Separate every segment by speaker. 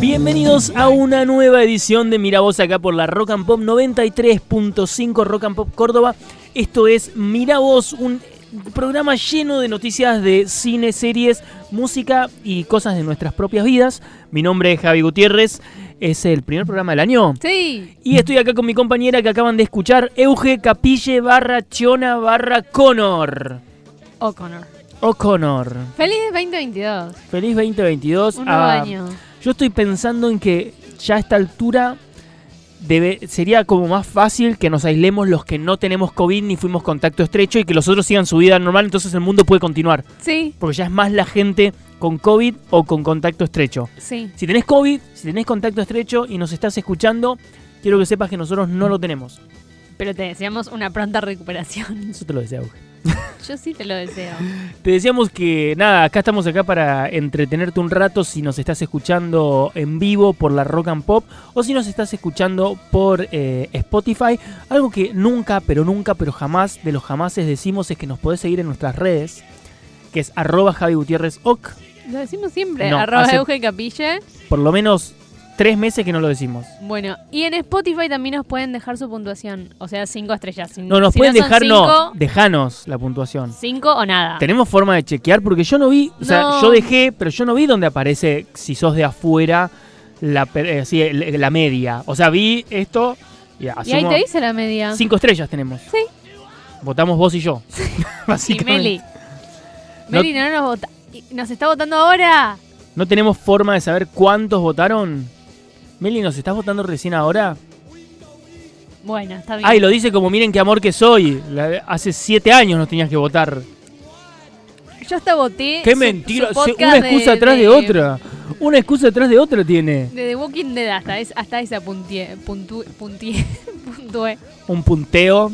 Speaker 1: Bienvenidos a una nueva edición de Mira Vos acá por la Rock and Pop 93.5 Rock and Pop Córdoba. Esto es Mira Vos, un programa lleno de noticias de cine, series, música y cosas de nuestras propias vidas. Mi nombre es Javi Gutiérrez, es el primer programa del año.
Speaker 2: Sí.
Speaker 1: Y estoy acá con mi compañera que acaban de escuchar, Euge Capille barra Chiona barra Connor.
Speaker 2: O'Connor.
Speaker 1: O'Connor.
Speaker 2: Feliz 2022.
Speaker 1: Feliz 2022.
Speaker 2: Un nuevo
Speaker 1: Ah,
Speaker 2: año.
Speaker 1: Yo estoy pensando en que ya a esta altura debe- sería como más fácil que nos aislemos los que no tenemos COVID ni fuimos contacto estrecho y que los otros sigan su vida normal, entonces el mundo puede continuar.
Speaker 2: Sí,
Speaker 1: Porque ya es más la gente con COVID o con contacto estrecho.
Speaker 2: sí.
Speaker 1: Si tenés COVID, si tenés contacto estrecho y nos estás escuchando, quiero que sepas que nosotros no lo tenemos.
Speaker 2: Pero te deseamos una pronta recuperación.
Speaker 1: Eso te lo deseo. Euge.
Speaker 2: Yo sí te lo deseo.
Speaker 1: Te decíamos que nada, acá estamos acá para entretenerte un rato si nos estás escuchando en vivo por la Rock and Pop o si nos estás escuchando por eh, Spotify. Algo que nunca, pero nunca, pero jamás de los jamases decimos es que nos podés seguir en nuestras redes, que es arroba Javi Gutiérrez Oc.
Speaker 2: Lo decimos siempre.
Speaker 1: No,
Speaker 2: arroba
Speaker 1: hace-
Speaker 2: Euge Capille.
Speaker 1: Por lo menos tres meses que no lo decimos.
Speaker 2: Bueno, y en Spotify también nos pueden dejar su puntuación. O sea, cinco estrellas. Si-
Speaker 1: No, nos
Speaker 2: si
Speaker 1: pueden
Speaker 2: son
Speaker 1: dejar, no,
Speaker 2: cinco,
Speaker 1: dejanos la puntuación.
Speaker 2: Cinco o nada.
Speaker 1: ¿Tenemos forma de chequear? Porque yo no vi, o sea,
Speaker 2: Ah. No.
Speaker 1: yo dejé, pero yo no vi dónde aparece si sos de afuera la, per- eh, sí, el- la media. O sea, vi esto y
Speaker 2: Y ahí
Speaker 1: asumo
Speaker 2: te dice la media.
Speaker 1: cinco estrellas tenemos.
Speaker 2: Sí.
Speaker 1: Votamos vos y yo.
Speaker 2: y
Speaker 1: Básicamente.
Speaker 2: Meli.
Speaker 1: No-
Speaker 2: Meli no nos vota. y Nos está votando ahora.
Speaker 1: No tenemos forma de saber cuántos votaron. Meli, ¿nos estás votando recién ahora?
Speaker 2: Bueno, está bien.
Speaker 1: Ay, lo dice como miren qué amor que soy. La- hace siete años nos tenías que votar.
Speaker 2: Yo hasta voté.
Speaker 1: ¡Qué
Speaker 2: su-
Speaker 1: mentira!
Speaker 2: su
Speaker 1: Se-
Speaker 2: podcast
Speaker 1: Una excusa atrás de otra. Una excusa atrás de otra tiene.
Speaker 2: De The Walking Dead hasta, es, hasta esa puntie, puntu, puntie, puntué.
Speaker 1: un punteo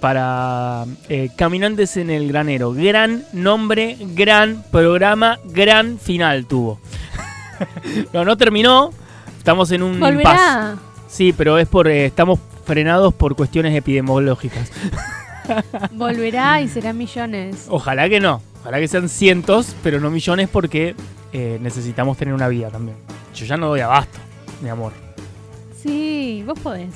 Speaker 1: para eh, Caminantes en el Granero. Gran nombre, gran programa, gran final tuvo. no, no terminó. Estamos en un impasse.
Speaker 2: Volverá.
Speaker 1: Sí, pero es por eh, estamos frenados por cuestiones epidemiológicas.
Speaker 2: Volverá y será millones.
Speaker 1: Ojalá que no. Ojalá que sean cientos, pero no millones porque eh, necesitamos tener una vida también. Yo ya no doy abasto, mi amor.
Speaker 2: Sí, vos podés.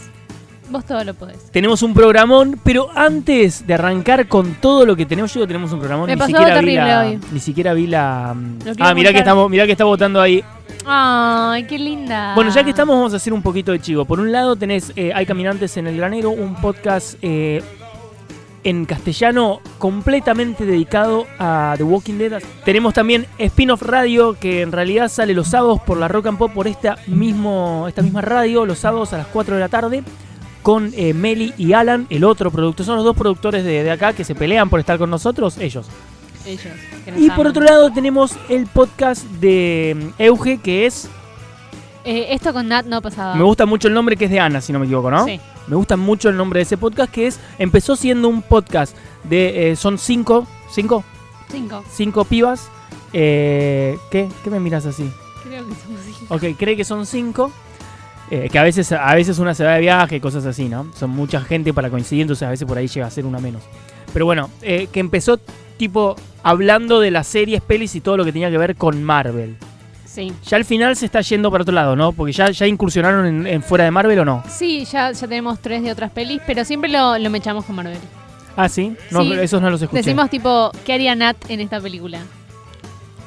Speaker 2: Vos todo lo podés.
Speaker 1: Tenemos un programón, pero antes de arrancar con todo lo que tenemos, yo digo, tenemos un programón.
Speaker 2: Me
Speaker 1: ni
Speaker 2: pasó
Speaker 1: siquiera
Speaker 2: algo
Speaker 1: vi la,
Speaker 2: terrible
Speaker 1: Ni siquiera vi la.
Speaker 2: Lo quiero
Speaker 1: ah, mirá que,
Speaker 2: contar.
Speaker 1: estamos, mirá que está votando ahí.
Speaker 2: Ay, qué linda.
Speaker 1: Bueno, ya que estamos, vamos a hacer un poquito de chivo. Por un lado, tenés eh, Hay Caminantes en el Granero, un podcast eh, en castellano completamente dedicado a The Walking Dead. Tenemos también Spin-Off Radio, que en realidad sale los sábados por la Rock and Pop, por esta, mismo, esta misma radio, los sábados a las 4 de la tarde. Con eh, Meli y Alan, el otro productor. Son los dos productores de, de acá que se pelean por estar con nosotros, ellos.
Speaker 2: Ellos, que nos
Speaker 1: Y por
Speaker 2: aman.
Speaker 1: otro lado tenemos el podcast de mm, Euge, que es
Speaker 2: Eh, esto con Nat no pasaba.
Speaker 1: Me gusta mucho el nombre que es de Ana, si no me equivoco, ¿no?
Speaker 2: Sí.
Speaker 1: Me gusta mucho el nombre de ese podcast que es. Empezó siendo un podcast de. eh, son cinco. ¿Cinco?
Speaker 2: Cinco.
Speaker 1: Cinco pibas. eh, ¿Qué? ¿Qué me miras así?
Speaker 2: Creo que somos cinco.
Speaker 1: Ok, cree que son cinco. eh, que a veces, a veces una se va de viaje, cosas así, ¿no? Son mucha gente para coincidir, entonces a veces por ahí llega a ser una menos. Pero bueno, eh, que empezó tipo hablando de las series, pelis y todo lo que tenía que ver con Marvel.
Speaker 2: Sí.
Speaker 1: Ya al final se está yendo para otro lado, ¿no? Porque ya, ya incursionaron en- en fuera de Marvel o no.
Speaker 2: Sí, ya, ya tenemos tres de otras pelis, pero siempre lo, lo mechamos con Marvel.
Speaker 1: Ah, sí, no,
Speaker 2: Sí.
Speaker 1: esos no los escuché.
Speaker 2: Decimos tipo, ¿qué haría Nat en esta película?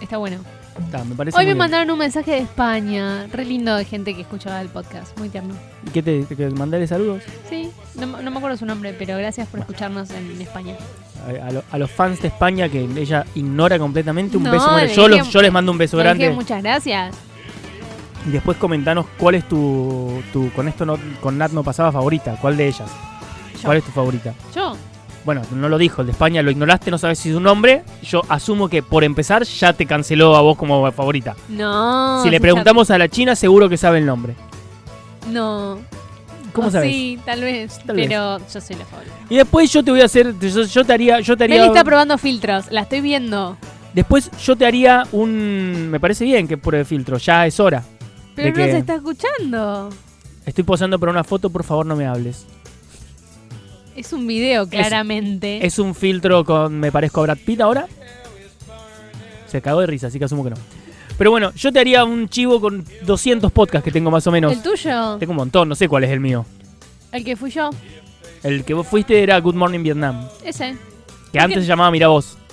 Speaker 2: Está bueno.
Speaker 1: Está, me parece
Speaker 2: Hoy me
Speaker 1: muy bien.
Speaker 2: mandaron un mensaje de España, re lindo de gente que escuchaba el podcast, muy tierno.
Speaker 1: ¿Y ¿Qué te, te- mandaré saludos?
Speaker 2: Sí, no, me- no me acuerdo su nombre, pero gracias por escucharnos en España.
Speaker 1: A, a lo- a los fans de España que ella ignora completamente. Un
Speaker 2: No,
Speaker 1: beso. grande.
Speaker 2: le
Speaker 1: yo,
Speaker 2: dije-
Speaker 1: los- yo les mando un beso
Speaker 2: Le dije
Speaker 1: grande.
Speaker 2: muchas gracias.
Speaker 1: Y después comentanos cuál es tu, tu con esto no, con Nat no pasaba favorita. ¿Cuál de ellas?
Speaker 2: Yo.
Speaker 1: ¿Cuál es tu favorita?
Speaker 2: Yo,
Speaker 1: Bueno, no lo dijo, el de España lo ignoraste, no sabes si es un nombre. Yo asumo que por empezar ya te canceló a vos como favorita.
Speaker 2: no.
Speaker 1: si le
Speaker 2: sí,
Speaker 1: preguntamos a la China, seguro que sabe el nombre.
Speaker 2: sabe. No.
Speaker 1: ¿Cómo
Speaker 2: O
Speaker 1: sabes?
Speaker 2: Ah, Sí, tal vez,
Speaker 1: Tal
Speaker 2: pero yo soy la favorita.
Speaker 1: Y después yo te voy a hacer. Yo, yo te haría. Yo te haría
Speaker 2: Meli está probando filtros, la estoy viendo.
Speaker 1: Después yo te haría un... Me parece bien que pruebe filtro, ya es hora.
Speaker 2: Pero
Speaker 1: ¿De
Speaker 2: no
Speaker 1: qué?
Speaker 2: se está escuchando.
Speaker 1: Estoy posando para una foto, por favor no me hables.
Speaker 2: Es un video, claramente.
Speaker 1: Es un filtro con... Me parezco a Brad Pitt ahora. Se cagó de risa, así que asumo que no. Pero bueno, yo te haría un chivo con 200 podcasts que tengo más o menos.
Speaker 2: ¿El tuyo?
Speaker 1: Tengo un montón, no sé cuál es el mío.
Speaker 2: ¿El que fui yo?
Speaker 1: El que vos fuiste era Good Morning Vietnam,
Speaker 2: Ese.
Speaker 1: que antes se llamaba Mira Vos. Eh,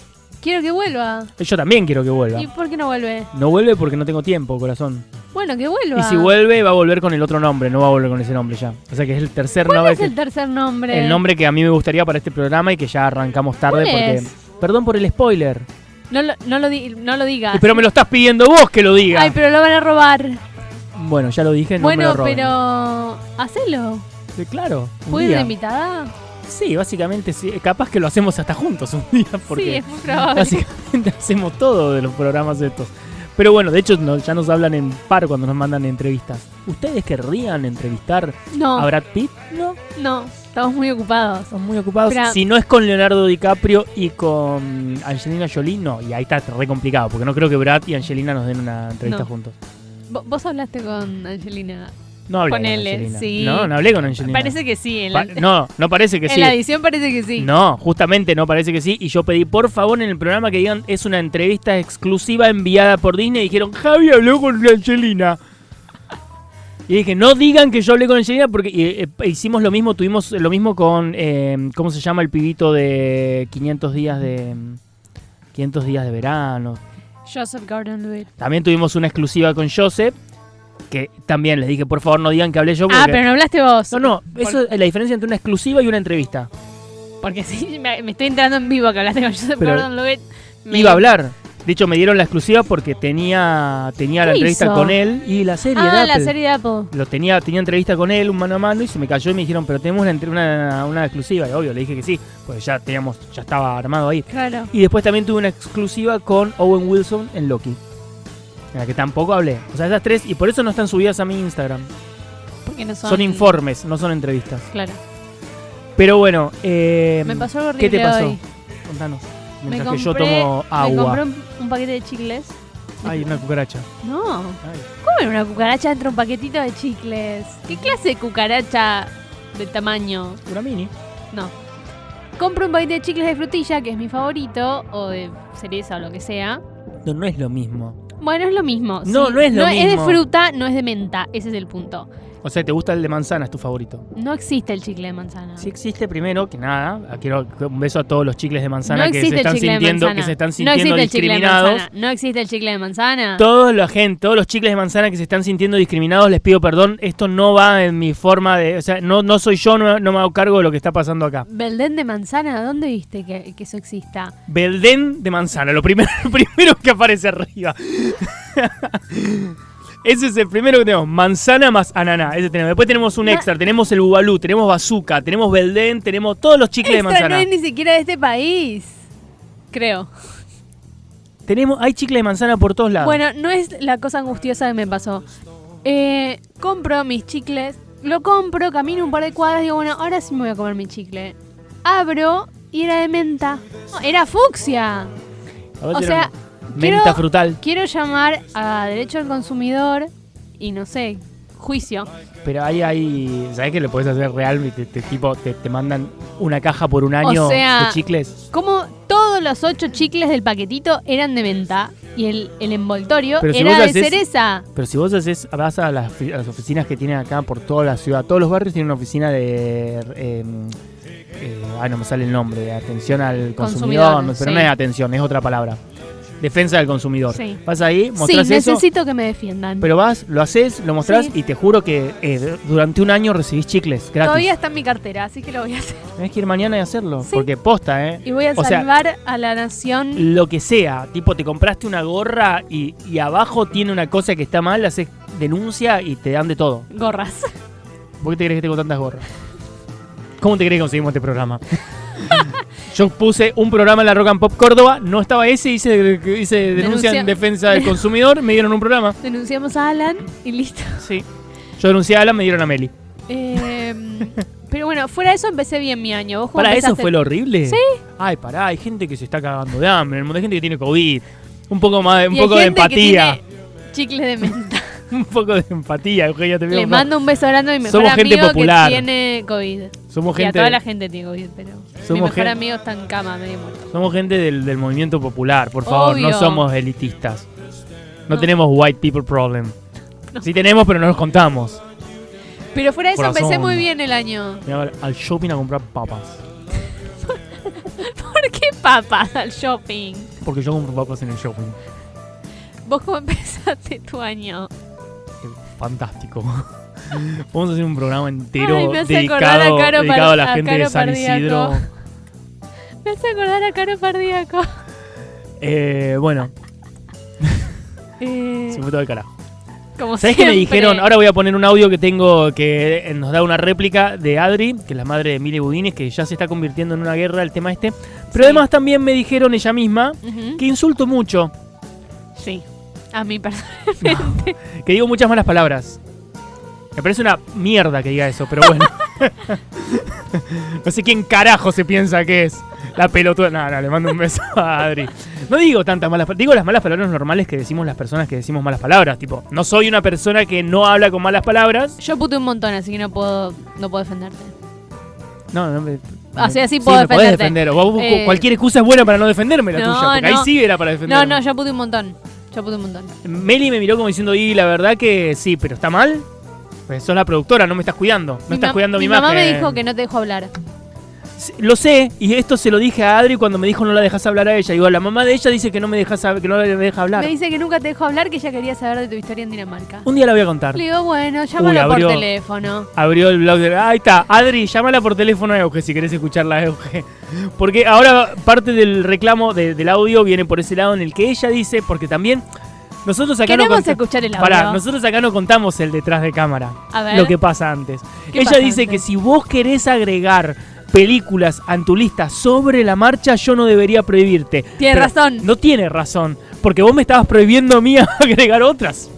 Speaker 2: Quiero que vuelva.
Speaker 1: Yo también quiero que vuelva.
Speaker 2: ¿Y por qué no vuelve?
Speaker 1: No vuelve porque no tengo tiempo, corazón.
Speaker 2: Bueno, que vuelva.
Speaker 1: Y si vuelve, va a volver con el otro nombre, no va a volver con ese nombre ya. O sea que es el tercer
Speaker 2: ¿Cuál
Speaker 1: nombre.
Speaker 2: es el tercer nombre?
Speaker 1: el nombre que a mí me gustaría para este programa y que ya arrancamos tarde
Speaker 2: Eh. ¿Cuál
Speaker 1: porque.
Speaker 2: es?
Speaker 1: Perdón por el spoiler.
Speaker 2: No lo, no lo, di- no lo digas.
Speaker 1: Y Pero me lo estás pidiendo vos que lo diga.
Speaker 2: Ah. Ay, pero lo van a robar.
Speaker 1: Bueno, ya lo dije, no me
Speaker 2: bueno,
Speaker 1: lo roben.
Speaker 2: pero. Hacelo.
Speaker 1: Sí, Claro. un
Speaker 2: ¿Puedo ir
Speaker 1: día.
Speaker 2: de invitada?
Speaker 1: Sí, básicamente sí. Capaz que lo hacemos hasta juntos un día porque.
Speaker 2: Sí, es muy probable.
Speaker 1: Básicamente hacemos todo de los programas estos. Pero bueno, de hecho no- ya nos hablan en par cuando nos mandan entrevistas. ¿Ustedes querrían entrevistar
Speaker 2: No,
Speaker 1: a Brad Pitt? No,
Speaker 2: no. Estamos muy ocupados.
Speaker 1: son muy ocupados.
Speaker 2: Pero-
Speaker 1: Si no es con Leonardo DiCaprio y con Angelina Jolie, no. Y ahí está re complicado, porque no creo que Brad y Angelina nos den una entrevista
Speaker 2: No.
Speaker 1: juntos.
Speaker 2: Vo- Vos hablaste con Angelina.
Speaker 1: No hablé
Speaker 2: Ponele,
Speaker 1: con Angelina.
Speaker 2: sí.
Speaker 1: No, no hablé con Angelina.
Speaker 2: Parece que sí. En la,
Speaker 1: Pa- no, no parece que
Speaker 2: en
Speaker 1: sí.
Speaker 2: la edición parece que sí.
Speaker 1: No, justamente no parece que sí. Y yo pedí por favor en el programa que digan es una entrevista exclusiva enviada por Disney. Y dijeron, Javi habló con Angelina. Y dije, no digan que yo hablé con Angelina porque y, eh, hicimos lo mismo, tuvimos lo mismo con, eh, ¿cómo se llama el pibito de 500 días de... 500 días de verano.
Speaker 2: Joseph Gordon-Levitt.
Speaker 1: También tuvimos una exclusiva con Joseph, que también les dije, por favor no digan que hablé yo. Porque...
Speaker 2: Ah, pero no hablaste vos.
Speaker 1: No, no, eso es la diferencia entre una exclusiva y una entrevista.
Speaker 2: Porque sí, me, me estoy entrando en vivo que hablaste con Joseph
Speaker 1: Pero-
Speaker 2: Gordon-Levitt. Me-
Speaker 1: iba a hablar. De hecho, me dieron la exclusiva porque tenía, tenía la
Speaker 2: ¿Qué
Speaker 1: entrevista
Speaker 2: hizo?
Speaker 1: con él y la serie de
Speaker 2: Ah, la
Speaker 1: Apple.
Speaker 2: serie de Apple.
Speaker 1: Lo tenía, tenía entrevista con él, un mano a mano, y se me cayó y me dijeron, pero tenemos una, entre- una, una exclusiva. Y obvio, le dije que sí, pues ya teníamos, ya estaba armado ahí.
Speaker 2: Claro.
Speaker 1: Y después también tuve una exclusiva con Owen Wilson en Loki. En la que tampoco hablé. O sea, esas tres, y por eso no están subidas a mi Instagram.
Speaker 2: Porque no son.
Speaker 1: Son, informes, no son entrevistas.
Speaker 2: Claro.
Speaker 1: Pero bueno, eh,
Speaker 2: Me pasó algo
Speaker 1: ¿qué
Speaker 2: horrible
Speaker 1: te pasó?
Speaker 2: hoy.
Speaker 1: Contanos.
Speaker 2: Me
Speaker 1: Mientras que
Speaker 2: compré-
Speaker 1: yo tomo
Speaker 2: Me compré
Speaker 1: agua.
Speaker 2: un, un paquete de chicles.
Speaker 1: Hay una cucaracha.
Speaker 2: No.
Speaker 1: Ay.
Speaker 2: ¿Cómo en una cucaracha entra un paquetito de chicles? ¿Qué clase de cucaracha de tamaño?
Speaker 1: Una mini.
Speaker 2: No. Compro un paquete de chicles de frutilla, que es mi favorito, o de cereza o lo que sea.
Speaker 1: No, no es lo mismo.
Speaker 2: Bueno, es lo mismo.
Speaker 1: No, no es lo
Speaker 2: Es de
Speaker 1: mismo.
Speaker 2: fruta, no es de menta. Ese es el punto.
Speaker 1: O sea, ¿te gusta el de manzana? Es tu favorito.
Speaker 2: No existe el chicle de manzana.
Speaker 1: Si existe primero que nada. ah, Quiero un beso a todos los chicles de manzana
Speaker 2: no
Speaker 1: que, se
Speaker 2: existe
Speaker 1: están
Speaker 2: el chicle de
Speaker 1: sintiendo,
Speaker 2: manzana.
Speaker 1: que se están
Speaker 2: no
Speaker 1: sintiendo
Speaker 2: existe el chicle de
Speaker 1: discriminados.
Speaker 2: manzana. No existe el chicle de manzana.
Speaker 1: Todos la gente, todos los chicles de manzana que se están sintiendo discriminados, les pido perdón. Esto no va en mi forma de. O sea, no, no soy yo, no, no me hago cargo de lo que está pasando acá.
Speaker 2: Belden de manzana, ¿dónde viste que, que eso exista?
Speaker 1: Belden de manzana, lo primero, lo primero que aparece arriba. Ese es el primero que tenemos, manzana más ananá. Ese tenemos. Después tenemos un
Speaker 2: Ma-
Speaker 1: extra, tenemos el bubalú, tenemos bazooka, tenemos Belden, tenemos todos los chicles de
Speaker 2: Esto
Speaker 1: manzana.
Speaker 2: no es ni siquiera de este país. Creo.
Speaker 1: Tenemos, hay chicle de manzana por todos lados.
Speaker 2: Bueno, no es la cosa angustiosa que me pasó. Eh, compro mis chicles, lo compro, camino un par de cuadras y digo, bueno, ahora sí me voy a comer mi chicle. Abro y era de menta. No, era fucsia.
Speaker 1: A ver,
Speaker 2: o
Speaker 1: tenemos
Speaker 2: sea,
Speaker 1: menta
Speaker 2: quiero-
Speaker 1: frutal.
Speaker 2: Quiero llamar a Derecho al Consumidor y no sé, juicio.
Speaker 1: Pero ahí hay. ¿Sabes que le podés hacer real? Te, te- tipo, te, te mandan una caja por un año
Speaker 2: sea-
Speaker 1: de chicles.
Speaker 2: Como todos los ocho chicles del paquetito eran de menta y el, el envoltorio
Speaker 1: Pero si
Speaker 2: era
Speaker 1: vos
Speaker 2: de
Speaker 1: hacés-
Speaker 2: cereza.
Speaker 1: Pero si vos haces, vas a las, fi- a las oficinas que tienen acá por toda la ciudad, todos los barrios tienen una oficina de. eh, eh, ay, no me sale el nombre, de atención al consumidor.
Speaker 2: Consumidor,
Speaker 1: no- pero
Speaker 2: sí.
Speaker 1: no es atención, es otra palabra. Defensa del consumidor.
Speaker 2: Sí.
Speaker 1: Vas ahí,
Speaker 2: Sí,
Speaker 1: mostrás eso.
Speaker 2: necesito que me defiendan.
Speaker 1: Pero vas, lo haces, lo mostrás
Speaker 2: Sí.
Speaker 1: y te juro que eh, durante un año recibís chicles gratis.
Speaker 2: Todavía está en mi cartera, así que lo voy a hacer.
Speaker 1: Tenés que ir mañana y hacerlo.
Speaker 2: Sí.
Speaker 1: Porque posta, ¿eh?
Speaker 2: Y voy a
Speaker 1: O sea-
Speaker 2: salvar a la nación.
Speaker 1: Lo que sea. Tipo, te compraste una gorra y, y abajo tiene una cosa que está mal, haces denuncia y te dan de todo.
Speaker 2: Gorras.
Speaker 1: ¿Por qué te crees que tengo tantas gorras? ¿Cómo te crees que conseguimos este programa? Yo puse un programa en la Rock and Pop Córdoba, no estaba ese, hice, hice denuncia en
Speaker 2: Denuncia.
Speaker 1: defensa del consumidor, me dieron un programa.
Speaker 2: Denunciamos a Alan y listo.
Speaker 1: Sí. Yo denuncié a Alan, me dieron a Meli.
Speaker 2: Eh, pero bueno, fuera de eso empecé bien mi año. ¿Vos cómo
Speaker 1: ¿Para eso
Speaker 2: empezaste?
Speaker 1: fue lo horrible?
Speaker 2: Sí.
Speaker 1: Ay, pará, hay gente que se está cagando de hambre, en el mundo hay gente que tiene COVID. Un poco más de, un
Speaker 2: Y hay
Speaker 1: poco de
Speaker 2: gente que
Speaker 1: empatía.
Speaker 2: tiene Chicle de menta.
Speaker 1: un poco de empatía, Eugenia, te
Speaker 2: Le
Speaker 1: veo.
Speaker 2: mando un beso grande a mi mejor
Speaker 1: Somos gente
Speaker 2: amigo
Speaker 1: popular.
Speaker 2: que tiene COVID.
Speaker 1: Somos
Speaker 2: Y a
Speaker 1: gente,
Speaker 2: toda la gente tiene COVID, pero mi
Speaker 1: Somos
Speaker 2: mejor
Speaker 1: gen-
Speaker 2: amigo está en cama, medio muerto.
Speaker 1: somos gente del, del movimiento popular, por favor, no
Speaker 2: Obvio.
Speaker 1: somos elitistas. No,
Speaker 2: No.
Speaker 1: tenemos white people problem. Sí tenemos, pero no los contamos.
Speaker 2: Pero fuera de eso,
Speaker 1: Corazón.
Speaker 2: empecé muy bien el año.
Speaker 1: Me voy al shopping a comprar papas.
Speaker 2: ¿Por qué papas al shopping?
Speaker 1: Porque yo compro papas en el shopping.
Speaker 2: ¿Vos cómo empezaste tu año?
Speaker 1: Qué Fantástico. Vamos a hacer un programa entero
Speaker 2: Ay, me hace acordar a
Speaker 1: dedicado,
Speaker 2: Caro
Speaker 1: dedicado a
Speaker 2: Par-
Speaker 1: la
Speaker 2: a
Speaker 1: gente de
Speaker 2: Caro
Speaker 1: San
Speaker 2: Pardiaco.
Speaker 1: Isidro.
Speaker 2: Me hace acordar a Caro Pardíaco.
Speaker 1: Eh, bueno,
Speaker 2: Eh,
Speaker 1: se fue todo el carajo.
Speaker 2: como
Speaker 1: ¿Sabés que
Speaker 2: siempre.
Speaker 1: me dijeron? Ahora voy a poner un audio que tengo que eh, nos da una réplica de Adri, que es la madre de Mile Budines, que ya se está convirtiendo en una guerra el tema este. Pero
Speaker 2: Sí.
Speaker 1: además también me dijeron ella misma
Speaker 2: Ujú.
Speaker 1: que insulto mucho,
Speaker 2: Sí, a mí personalmente.
Speaker 1: que digo muchas malas palabras. Me parece una mierda que diga eso, pero bueno. no sé quién carajo se piensa que es. La pelotuda. No, no, le mando un beso a Adri. No digo tantas malas palabras. Digo las malas palabras normales que decimos las personas que decimos malas palabras. Tipo, no soy una persona que no habla con malas palabras.
Speaker 2: Yo puteé un montón, así que no puedo, no puedo defenderte.
Speaker 1: No, no me.
Speaker 2: O sea, sí
Speaker 1: me
Speaker 2: puedo
Speaker 1: podés
Speaker 2: defenderte.
Speaker 1: defender. Vos busco-
Speaker 2: Eh,
Speaker 1: Cualquier excusa es buena para no defenderme la
Speaker 2: No,
Speaker 1: tuya. Porque ahí
Speaker 2: no.
Speaker 1: sí era para defenderme.
Speaker 2: No, no, yo puteé un montón. Yo puteé un montón.
Speaker 1: Meli me miró como diciendo, y la verdad que sí, pero está mal. Pues sos la productora, no me estás cuidando. No
Speaker 2: Mi
Speaker 1: estás
Speaker 2: mam-
Speaker 1: cuidando mi,
Speaker 2: mi mamá me dijo que no te dejo hablar.
Speaker 1: Sí, Lo sé, y esto se lo dije a Adri cuando me dijo no la dejas hablar a ella. Digo, la mamá de ella dice que no me dejas hab- que no la- me deja hablar.
Speaker 2: Me dice que nunca te dejó hablar, que ella quería saber de tu historia en Dinamarca.
Speaker 1: Un día la voy a contar.
Speaker 2: Le digo, bueno, llámala
Speaker 1: Uy,
Speaker 2: por
Speaker 1: abrió-
Speaker 2: teléfono.
Speaker 1: Abrió el blog de... Ahí está, Adri, llámala por teléfono a Euge si querés escucharla a Euge. Porque ahora parte del reclamo de- del audio viene por ese lado en el que ella dice, porque también nosotros acá no
Speaker 2: Queremos
Speaker 1: cont-
Speaker 2: escuchar el audio.
Speaker 1: Pará, nosotros acá no contamos el detrás de cámara.
Speaker 2: A ver.
Speaker 1: lo que pasa antes.
Speaker 2: ¿Qué
Speaker 1: Ella
Speaker 2: pasa
Speaker 1: dice
Speaker 2: antes?
Speaker 1: que si vos querés agregar películas a tu lista sobre la marcha, yo no debería prohibirte.
Speaker 2: Tiene razón.
Speaker 1: No tiene razón, porque vos me estabas prohibiendo a mí agregar otras.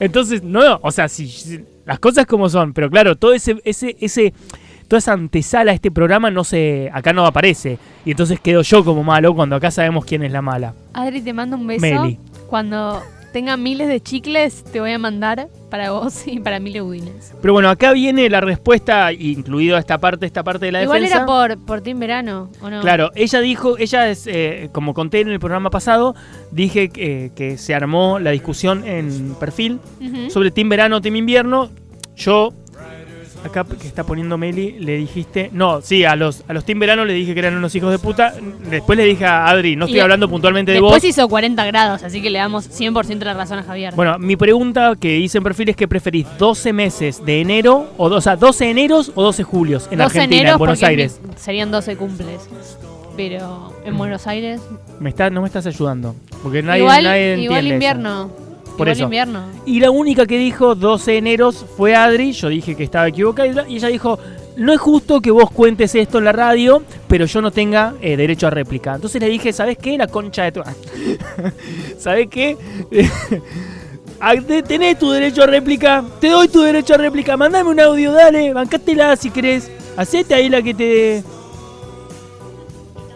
Speaker 1: Entonces, no, o sea, si, si- las cosas como son, pero claro, todo ese, ese, ese, toda esa antesala a este programa no se, acá no aparece. Y entonces quedo yo como malo cuando acá sabemos quién es la mala.
Speaker 2: Adri, te mando un beso.
Speaker 1: Meli.
Speaker 2: Cuando tenga miles de chicles, te voy a mandar para vos y para Mile Udines.
Speaker 1: Pero bueno, acá viene la respuesta, incluido esta parte, esta parte de la
Speaker 2: Igual
Speaker 1: defensa.
Speaker 2: era por, por Team Verano, ¿o no?
Speaker 1: Claro, ella dijo, ella es, eh, como conté en el programa pasado, dije que, que se armó la discusión en perfil
Speaker 2: Ujú.
Speaker 1: sobre Team Verano, Team Invierno. Yo, acá que está poniendo Meli, le dijiste, no, sí, a los, a los Team Verano le dije que eran unos hijos de puta. Después le dije a Adri, no estoy
Speaker 2: Y-
Speaker 1: hablando puntualmente de vos.
Speaker 2: Después hizo 40 grados, así que le damos 100% la razón a Javier.
Speaker 1: Bueno, mi pregunta que hice en perfil es que preferís 12 meses de enero, o, do- o sea, 12 eneros o 12 julios en
Speaker 2: 12
Speaker 1: Argentina,
Speaker 2: eneros
Speaker 1: en Buenos
Speaker 2: porque
Speaker 1: Aires.
Speaker 2: mi- serían 12 cumples. Pero en Buenos Aires.
Speaker 1: Me está, no me estás ayudando, porque nadie,
Speaker 2: igual
Speaker 1: nadie
Speaker 2: igual
Speaker 1: entiende eso.
Speaker 2: invierno.
Speaker 1: Por
Speaker 2: igual
Speaker 1: eso.
Speaker 2: invierno.
Speaker 1: Y la única que dijo 12 de eneros fue Adri. Yo dije que estaba equivocada. Y ella dijo: No es justo que vos cuentes esto en la radio, pero yo no tenga eh, derecho a réplica. Entonces le dije: ¿Sabes qué? La concha de tu. ¿Sabes qué? Ah, te- Tenés tu derecho a réplica. Te doy tu derecho a réplica. Mandame un audio, dale. Bancátela si querés. Hacete ahí la que te.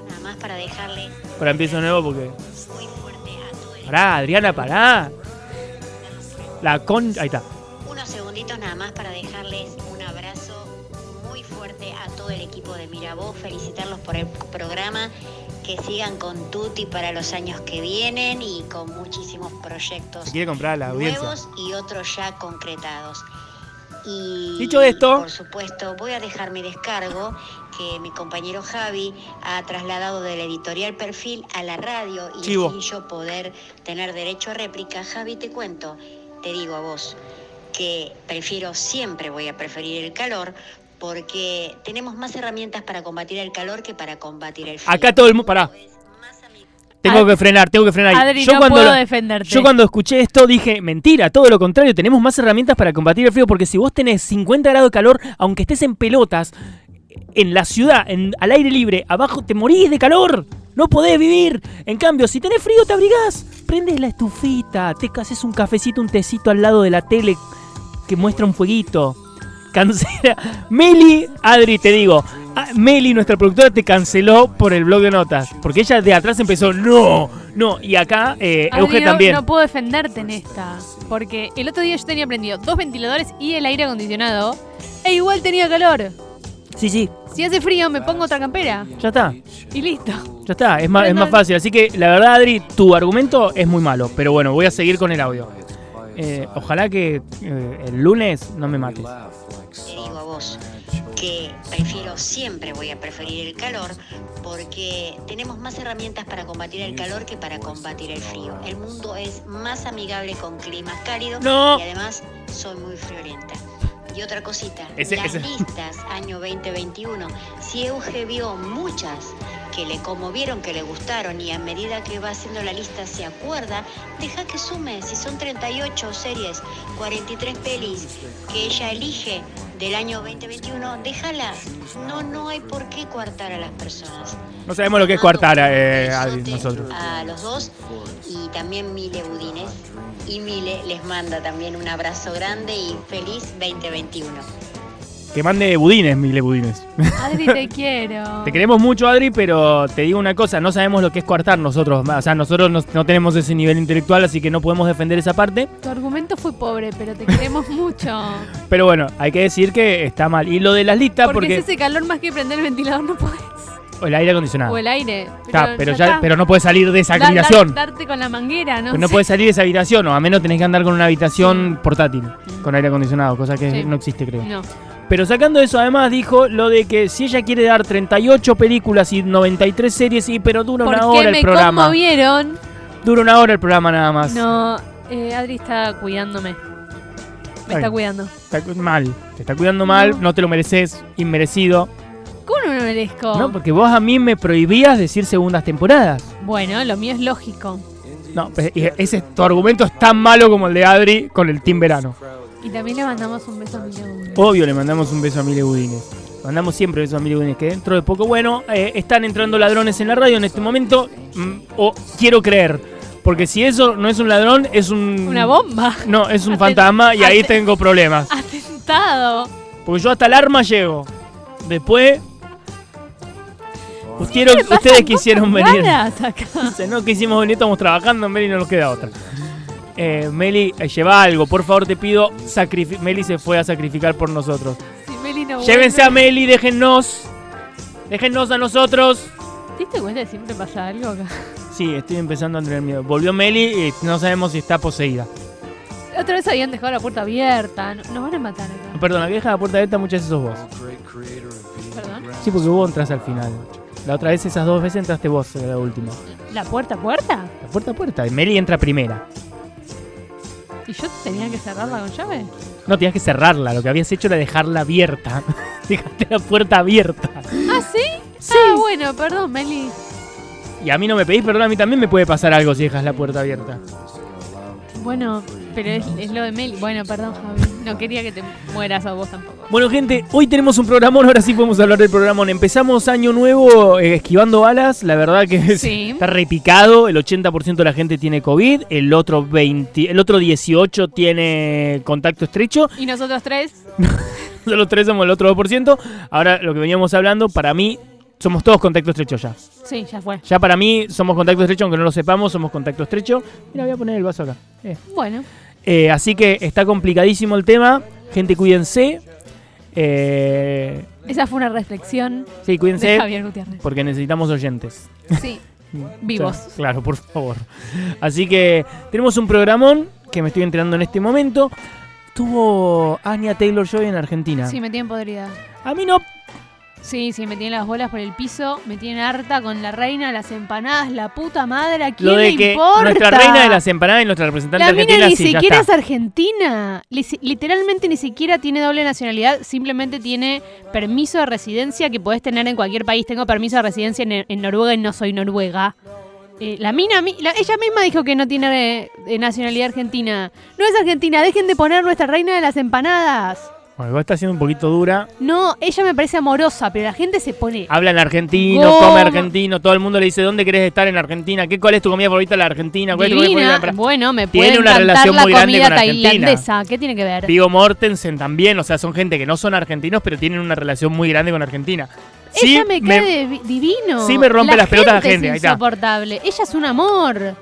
Speaker 3: Nada más para dejarle
Speaker 1: Para empiezo de nuevo porque.
Speaker 3: muy fuerte a todo el
Speaker 1: Pará, Adriana, pará. La concha. Ahí está.
Speaker 3: Unos segunditos nada más para dejarles un abrazo muy fuerte a todo el equipo de Mirabó, felicitarlos por el programa, que sigan con Tuti para los años que vienen y con muchísimos proyectos
Speaker 1: Se quiere comprar a la audiencia.
Speaker 3: nuevos y otros ya concretados. Y
Speaker 1: Dicho esto-
Speaker 3: por supuesto, voy a dejar mi descargo que mi compañero Javi ha trasladado del editorial Perfil a la radio y
Speaker 1: Chivo.
Speaker 3: sin yo poder tener derecho a réplica, Javi, te cuento, te digo a vos que prefiero siempre voy a preferir el calor porque tenemos más herramientas para combatir el calor que para combatir el frío.
Speaker 1: Acá todo el mu- pará.
Speaker 3: Es más amigo-
Speaker 1: Tengo
Speaker 2: Ad-
Speaker 1: que frenar, tengo que frenar. ahí.
Speaker 2: Adri, no puedo defenderte.
Speaker 1: Yo cuando escuché esto dije, mentira, todo lo contrario, tenemos más herramientas para combatir el frío, porque si vos tenés 50 grados de calor, aunque estés en pelotas, en la ciudad, en- al aire libre, abajo, te morís de calor, no podés vivir. En cambio, si tenés frío, te abrigás, prendes la estufita, te haces un cafecito, un tecito al lado de la tele que muestra un fueguito. Cancela. Meli, Adri, te digo. ah, Meli, nuestra productora, te canceló por el blog de notas. Porque ella de atrás empezó, no, no. Y acá, eh,
Speaker 2: Adri,
Speaker 1: Euge
Speaker 2: no-
Speaker 1: también.
Speaker 2: No puedo defenderte en esta. Porque el otro día yo tenía prendido dos ventiladores y el aire acondicionado. E igual tenía calor.
Speaker 1: Sí, sí,
Speaker 2: Si hace frío, me pongo otra campera.
Speaker 1: ya está.
Speaker 2: Y listo.
Speaker 1: Ya está, es más, es más fácil. Así que la verdad, Adri, tu argumento es muy malo. Pero bueno, voy a seguir con el audio. Eh, ojalá que eh, el lunes no me mates.
Speaker 3: Te digo a vos que prefiero, siempre voy a preferir el calor porque tenemos más herramientas para combatir el calor que para combatir el frío. El mundo es más amigable con climas cálidos
Speaker 1: No.
Speaker 3: y además soy muy friolenta. Y otra cosita,
Speaker 1: Ese-
Speaker 3: las
Speaker 1: ese-
Speaker 3: listas año 2021, si Euge vio muchas que le conmovieron, que le gustaron y a medida que va haciendo la lista se acuerda, deja que sume, si son 38 series, 43 pelis que ella elige del año 2021, déjalas. No, no hay por qué coartar a las personas.
Speaker 1: No sabemos lo que es coartar, eh, Adri,
Speaker 3: Besote
Speaker 1: nosotros.
Speaker 3: A los dos y también Mile Budines. Y Mile les manda también un abrazo grande y feliz 2021.
Speaker 1: Que mande budines, mile budines.
Speaker 2: Adri, te quiero.
Speaker 1: Te queremos mucho, Adri, pero te digo una cosa, no sabemos lo que es coartar nosotros. O sea, nosotros no, no tenemos ese nivel intelectual, así que no podemos defender esa parte.
Speaker 2: Tu argumento fue pobre, pero te queremos mucho.
Speaker 1: Pero bueno, hay que decir que está mal. Y lo de las listas,
Speaker 2: Porque,
Speaker 1: porque...
Speaker 2: si hace calor más que prender el ventilador no puedes.
Speaker 1: o el aire acondicionado.
Speaker 2: O el aire.
Speaker 1: Está, Ah. pero, ya, pero no puedes salir de esa
Speaker 2: Da- da-
Speaker 1: habitación.
Speaker 2: darte con la manguera, ¿no?
Speaker 1: Pero no
Speaker 2: sé.
Speaker 1: puedes salir de esa habitación, o a menos tenés que andar con una habitación portátil, con aire acondicionado, cosa que
Speaker 2: Sí.
Speaker 1: no existe, creo.
Speaker 2: No.
Speaker 1: Pero sacando eso, además dijo lo de que si ella quiere dar 38 películas y 93 series, y pero dura una
Speaker 2: Porque
Speaker 1: hora
Speaker 2: me
Speaker 1: el programa.
Speaker 2: conmovieron.
Speaker 1: Dura una hora el programa nada más.
Speaker 2: No, eh, Adri está cuidándome. Me
Speaker 1: Está
Speaker 2: está
Speaker 1: bien.
Speaker 2: cuidando.
Speaker 1: Está cu- mal, te está cuidando mal, no te lo mereces, inmerecido.
Speaker 2: ¿Cómo no me merezco?
Speaker 1: No, pues- porque vos a mí me prohibías decir segundas temporadas.
Speaker 2: Bueno, lo mío es lógico.
Speaker 1: No, pe- y ese tu argumento es tan malo como el de Adri con el Team Verano.
Speaker 2: Y también le mandamos un beso a mi novio.
Speaker 1: Obvio, le mandamos un beso a Mile Budines. Mandamos siempre besos a Mile Budines, que dentro de poco, bueno, eh, están entrando ladrones en la radio en este momento, mm, o quiero creer, porque si eso no es un ladrón, es un...
Speaker 2: Una bomba.
Speaker 1: No, es un
Speaker 2: Aten-
Speaker 1: fantasma y ahí
Speaker 2: aten-
Speaker 1: tengo problemas.
Speaker 2: Atentado.
Speaker 1: Porque yo hasta el arma llego. Después... pues quiero-
Speaker 2: Pasan
Speaker 1: ustedes
Speaker 2: cosas
Speaker 1: quisieron venir.
Speaker 2: raras acá.
Speaker 1: Dice, No quisimos venir, estamos trabajando, Meli no nos queda otra. Eh, Meli, eh, lleva algo, por favor te pido. sacrifi- Meli se fue a sacrificar por nosotros.
Speaker 2: Si Meli no
Speaker 1: Llévense a
Speaker 2: vuelve.
Speaker 1: Meli, déjennos. Déjennos a nosotros.
Speaker 2: ¿Te diste cuenta que siempre pasa algo acá?
Speaker 1: Sí, estoy empezando a tener miedo. Volvió Meli y no sabemos si está poseída.
Speaker 2: Otra vez habían dejado la puerta abierta. No- Nos van a matar acá.
Speaker 1: Perdón, la que deja la puerta abierta muchas veces sos vos.
Speaker 2: ¿Perdón?
Speaker 1: Sí, porque vos entras al final. La otra vez, esas dos veces entraste vos, eh, la última.
Speaker 2: ¿La puerta a puerta?
Speaker 1: La puerta a puerta. Y Meli entra primera.
Speaker 2: ¿Y yo tenía que cerrarla con llave?
Speaker 1: No, tenías que cerrarla. Lo que habías hecho era dejarla abierta. Dejaste la puerta abierta.
Speaker 2: ¿Ah, sí? Ah, bueno, perdón, Meli.
Speaker 1: Y a mí no me pedís perdón, a mí también me puede pasar algo si dejas la puerta abierta.
Speaker 2: Bueno, pero es, es lo de Meli. Bueno, perdón, Javi. No quería que te mueras a vos tampoco.
Speaker 1: Bueno, gente, hoy tenemos un programón, ahora sí podemos hablar del programón. Empezamos año nuevo eh, esquivando balas, la verdad que es-
Speaker 2: Sí.
Speaker 1: está repicado, el 80% de la gente tiene COVID, el otro 20, el otro 18 tiene contacto estrecho,
Speaker 2: Y nosotros tres,
Speaker 1: solo tres somos el otro 2%. Ahora lo que veníamos hablando, para mí somos todos contacto estrecho ya.
Speaker 2: sí, ya fue.
Speaker 1: Ya para mí somos contacto estrecho, aunque no lo sepamos, somos contacto estrecho. Mira, voy a poner el vaso acá. Eh.
Speaker 2: Bueno,
Speaker 1: Eh, así que está complicadísimo el tema. Gente, cuídense. Eh,
Speaker 2: esa fue una reflexión
Speaker 1: sí,
Speaker 2: de
Speaker 1: cuídense.
Speaker 2: Javier Gutiérrez.
Speaker 1: Porque necesitamos oyentes.
Speaker 2: Sí,
Speaker 1: Mm, O
Speaker 2: vivos.
Speaker 1: sea, claro, por favor. Así que tenemos un programón que me estoy entrenando en este momento. Tuvo Anya Taylor Joy en Argentina.
Speaker 2: sí, me tienen podrida.
Speaker 1: A mí no.
Speaker 2: Sí, sí, me tienen las bolas por el piso, me tienen harta con la reina, las empanadas, la puta madre, ¿a quién
Speaker 1: Lo
Speaker 2: le
Speaker 1: de que
Speaker 2: importa?
Speaker 1: nuestra reina de las empanadas y nuestra representante
Speaker 2: La mina
Speaker 1: argentina
Speaker 2: ni
Speaker 1: sí, ya
Speaker 2: siquiera es
Speaker 1: está.
Speaker 2: argentina. Li- Literalmente ni siquiera tiene doble nacionalidad. Simplemente tiene permiso de residencia que podés tener en cualquier país. Tengo permiso de residencia en, en Noruega y no soy noruega. Eh, la mina, mi- la- ella misma dijo que no tiene eh, eh, nacionalidad argentina. No es argentina, dejen de poner nuestra reina de las empanadas.
Speaker 1: Bueno, igual está siendo un poquito dura.
Speaker 2: No, ella me parece amorosa, pero la gente se pone.
Speaker 1: Habla en argentino,
Speaker 2: Goma.
Speaker 1: come argentino, todo el mundo le dice dónde querés estar en Argentina, ¿Qué, cuál es tu comida favorita de la Argentina, cuál es tu comida
Speaker 2: Divina.
Speaker 1: favorita de la
Speaker 2: Bueno, me
Speaker 1: Tiene
Speaker 2: puede
Speaker 1: una relación
Speaker 2: encantar la
Speaker 1: muy grande
Speaker 2: comida
Speaker 1: con Argentina.
Speaker 2: tailandesa. ¿Qué tiene que ver?
Speaker 1: Vigo Mortensen también, o sea, son gente que no son argentinos, pero tienen una relación muy grande con Argentina.
Speaker 2: ella me cae de- divino.
Speaker 1: sí me rompe las pelotas la gente, ahí
Speaker 2: Es
Speaker 1: está.
Speaker 2: insoportable. Ella es un amor.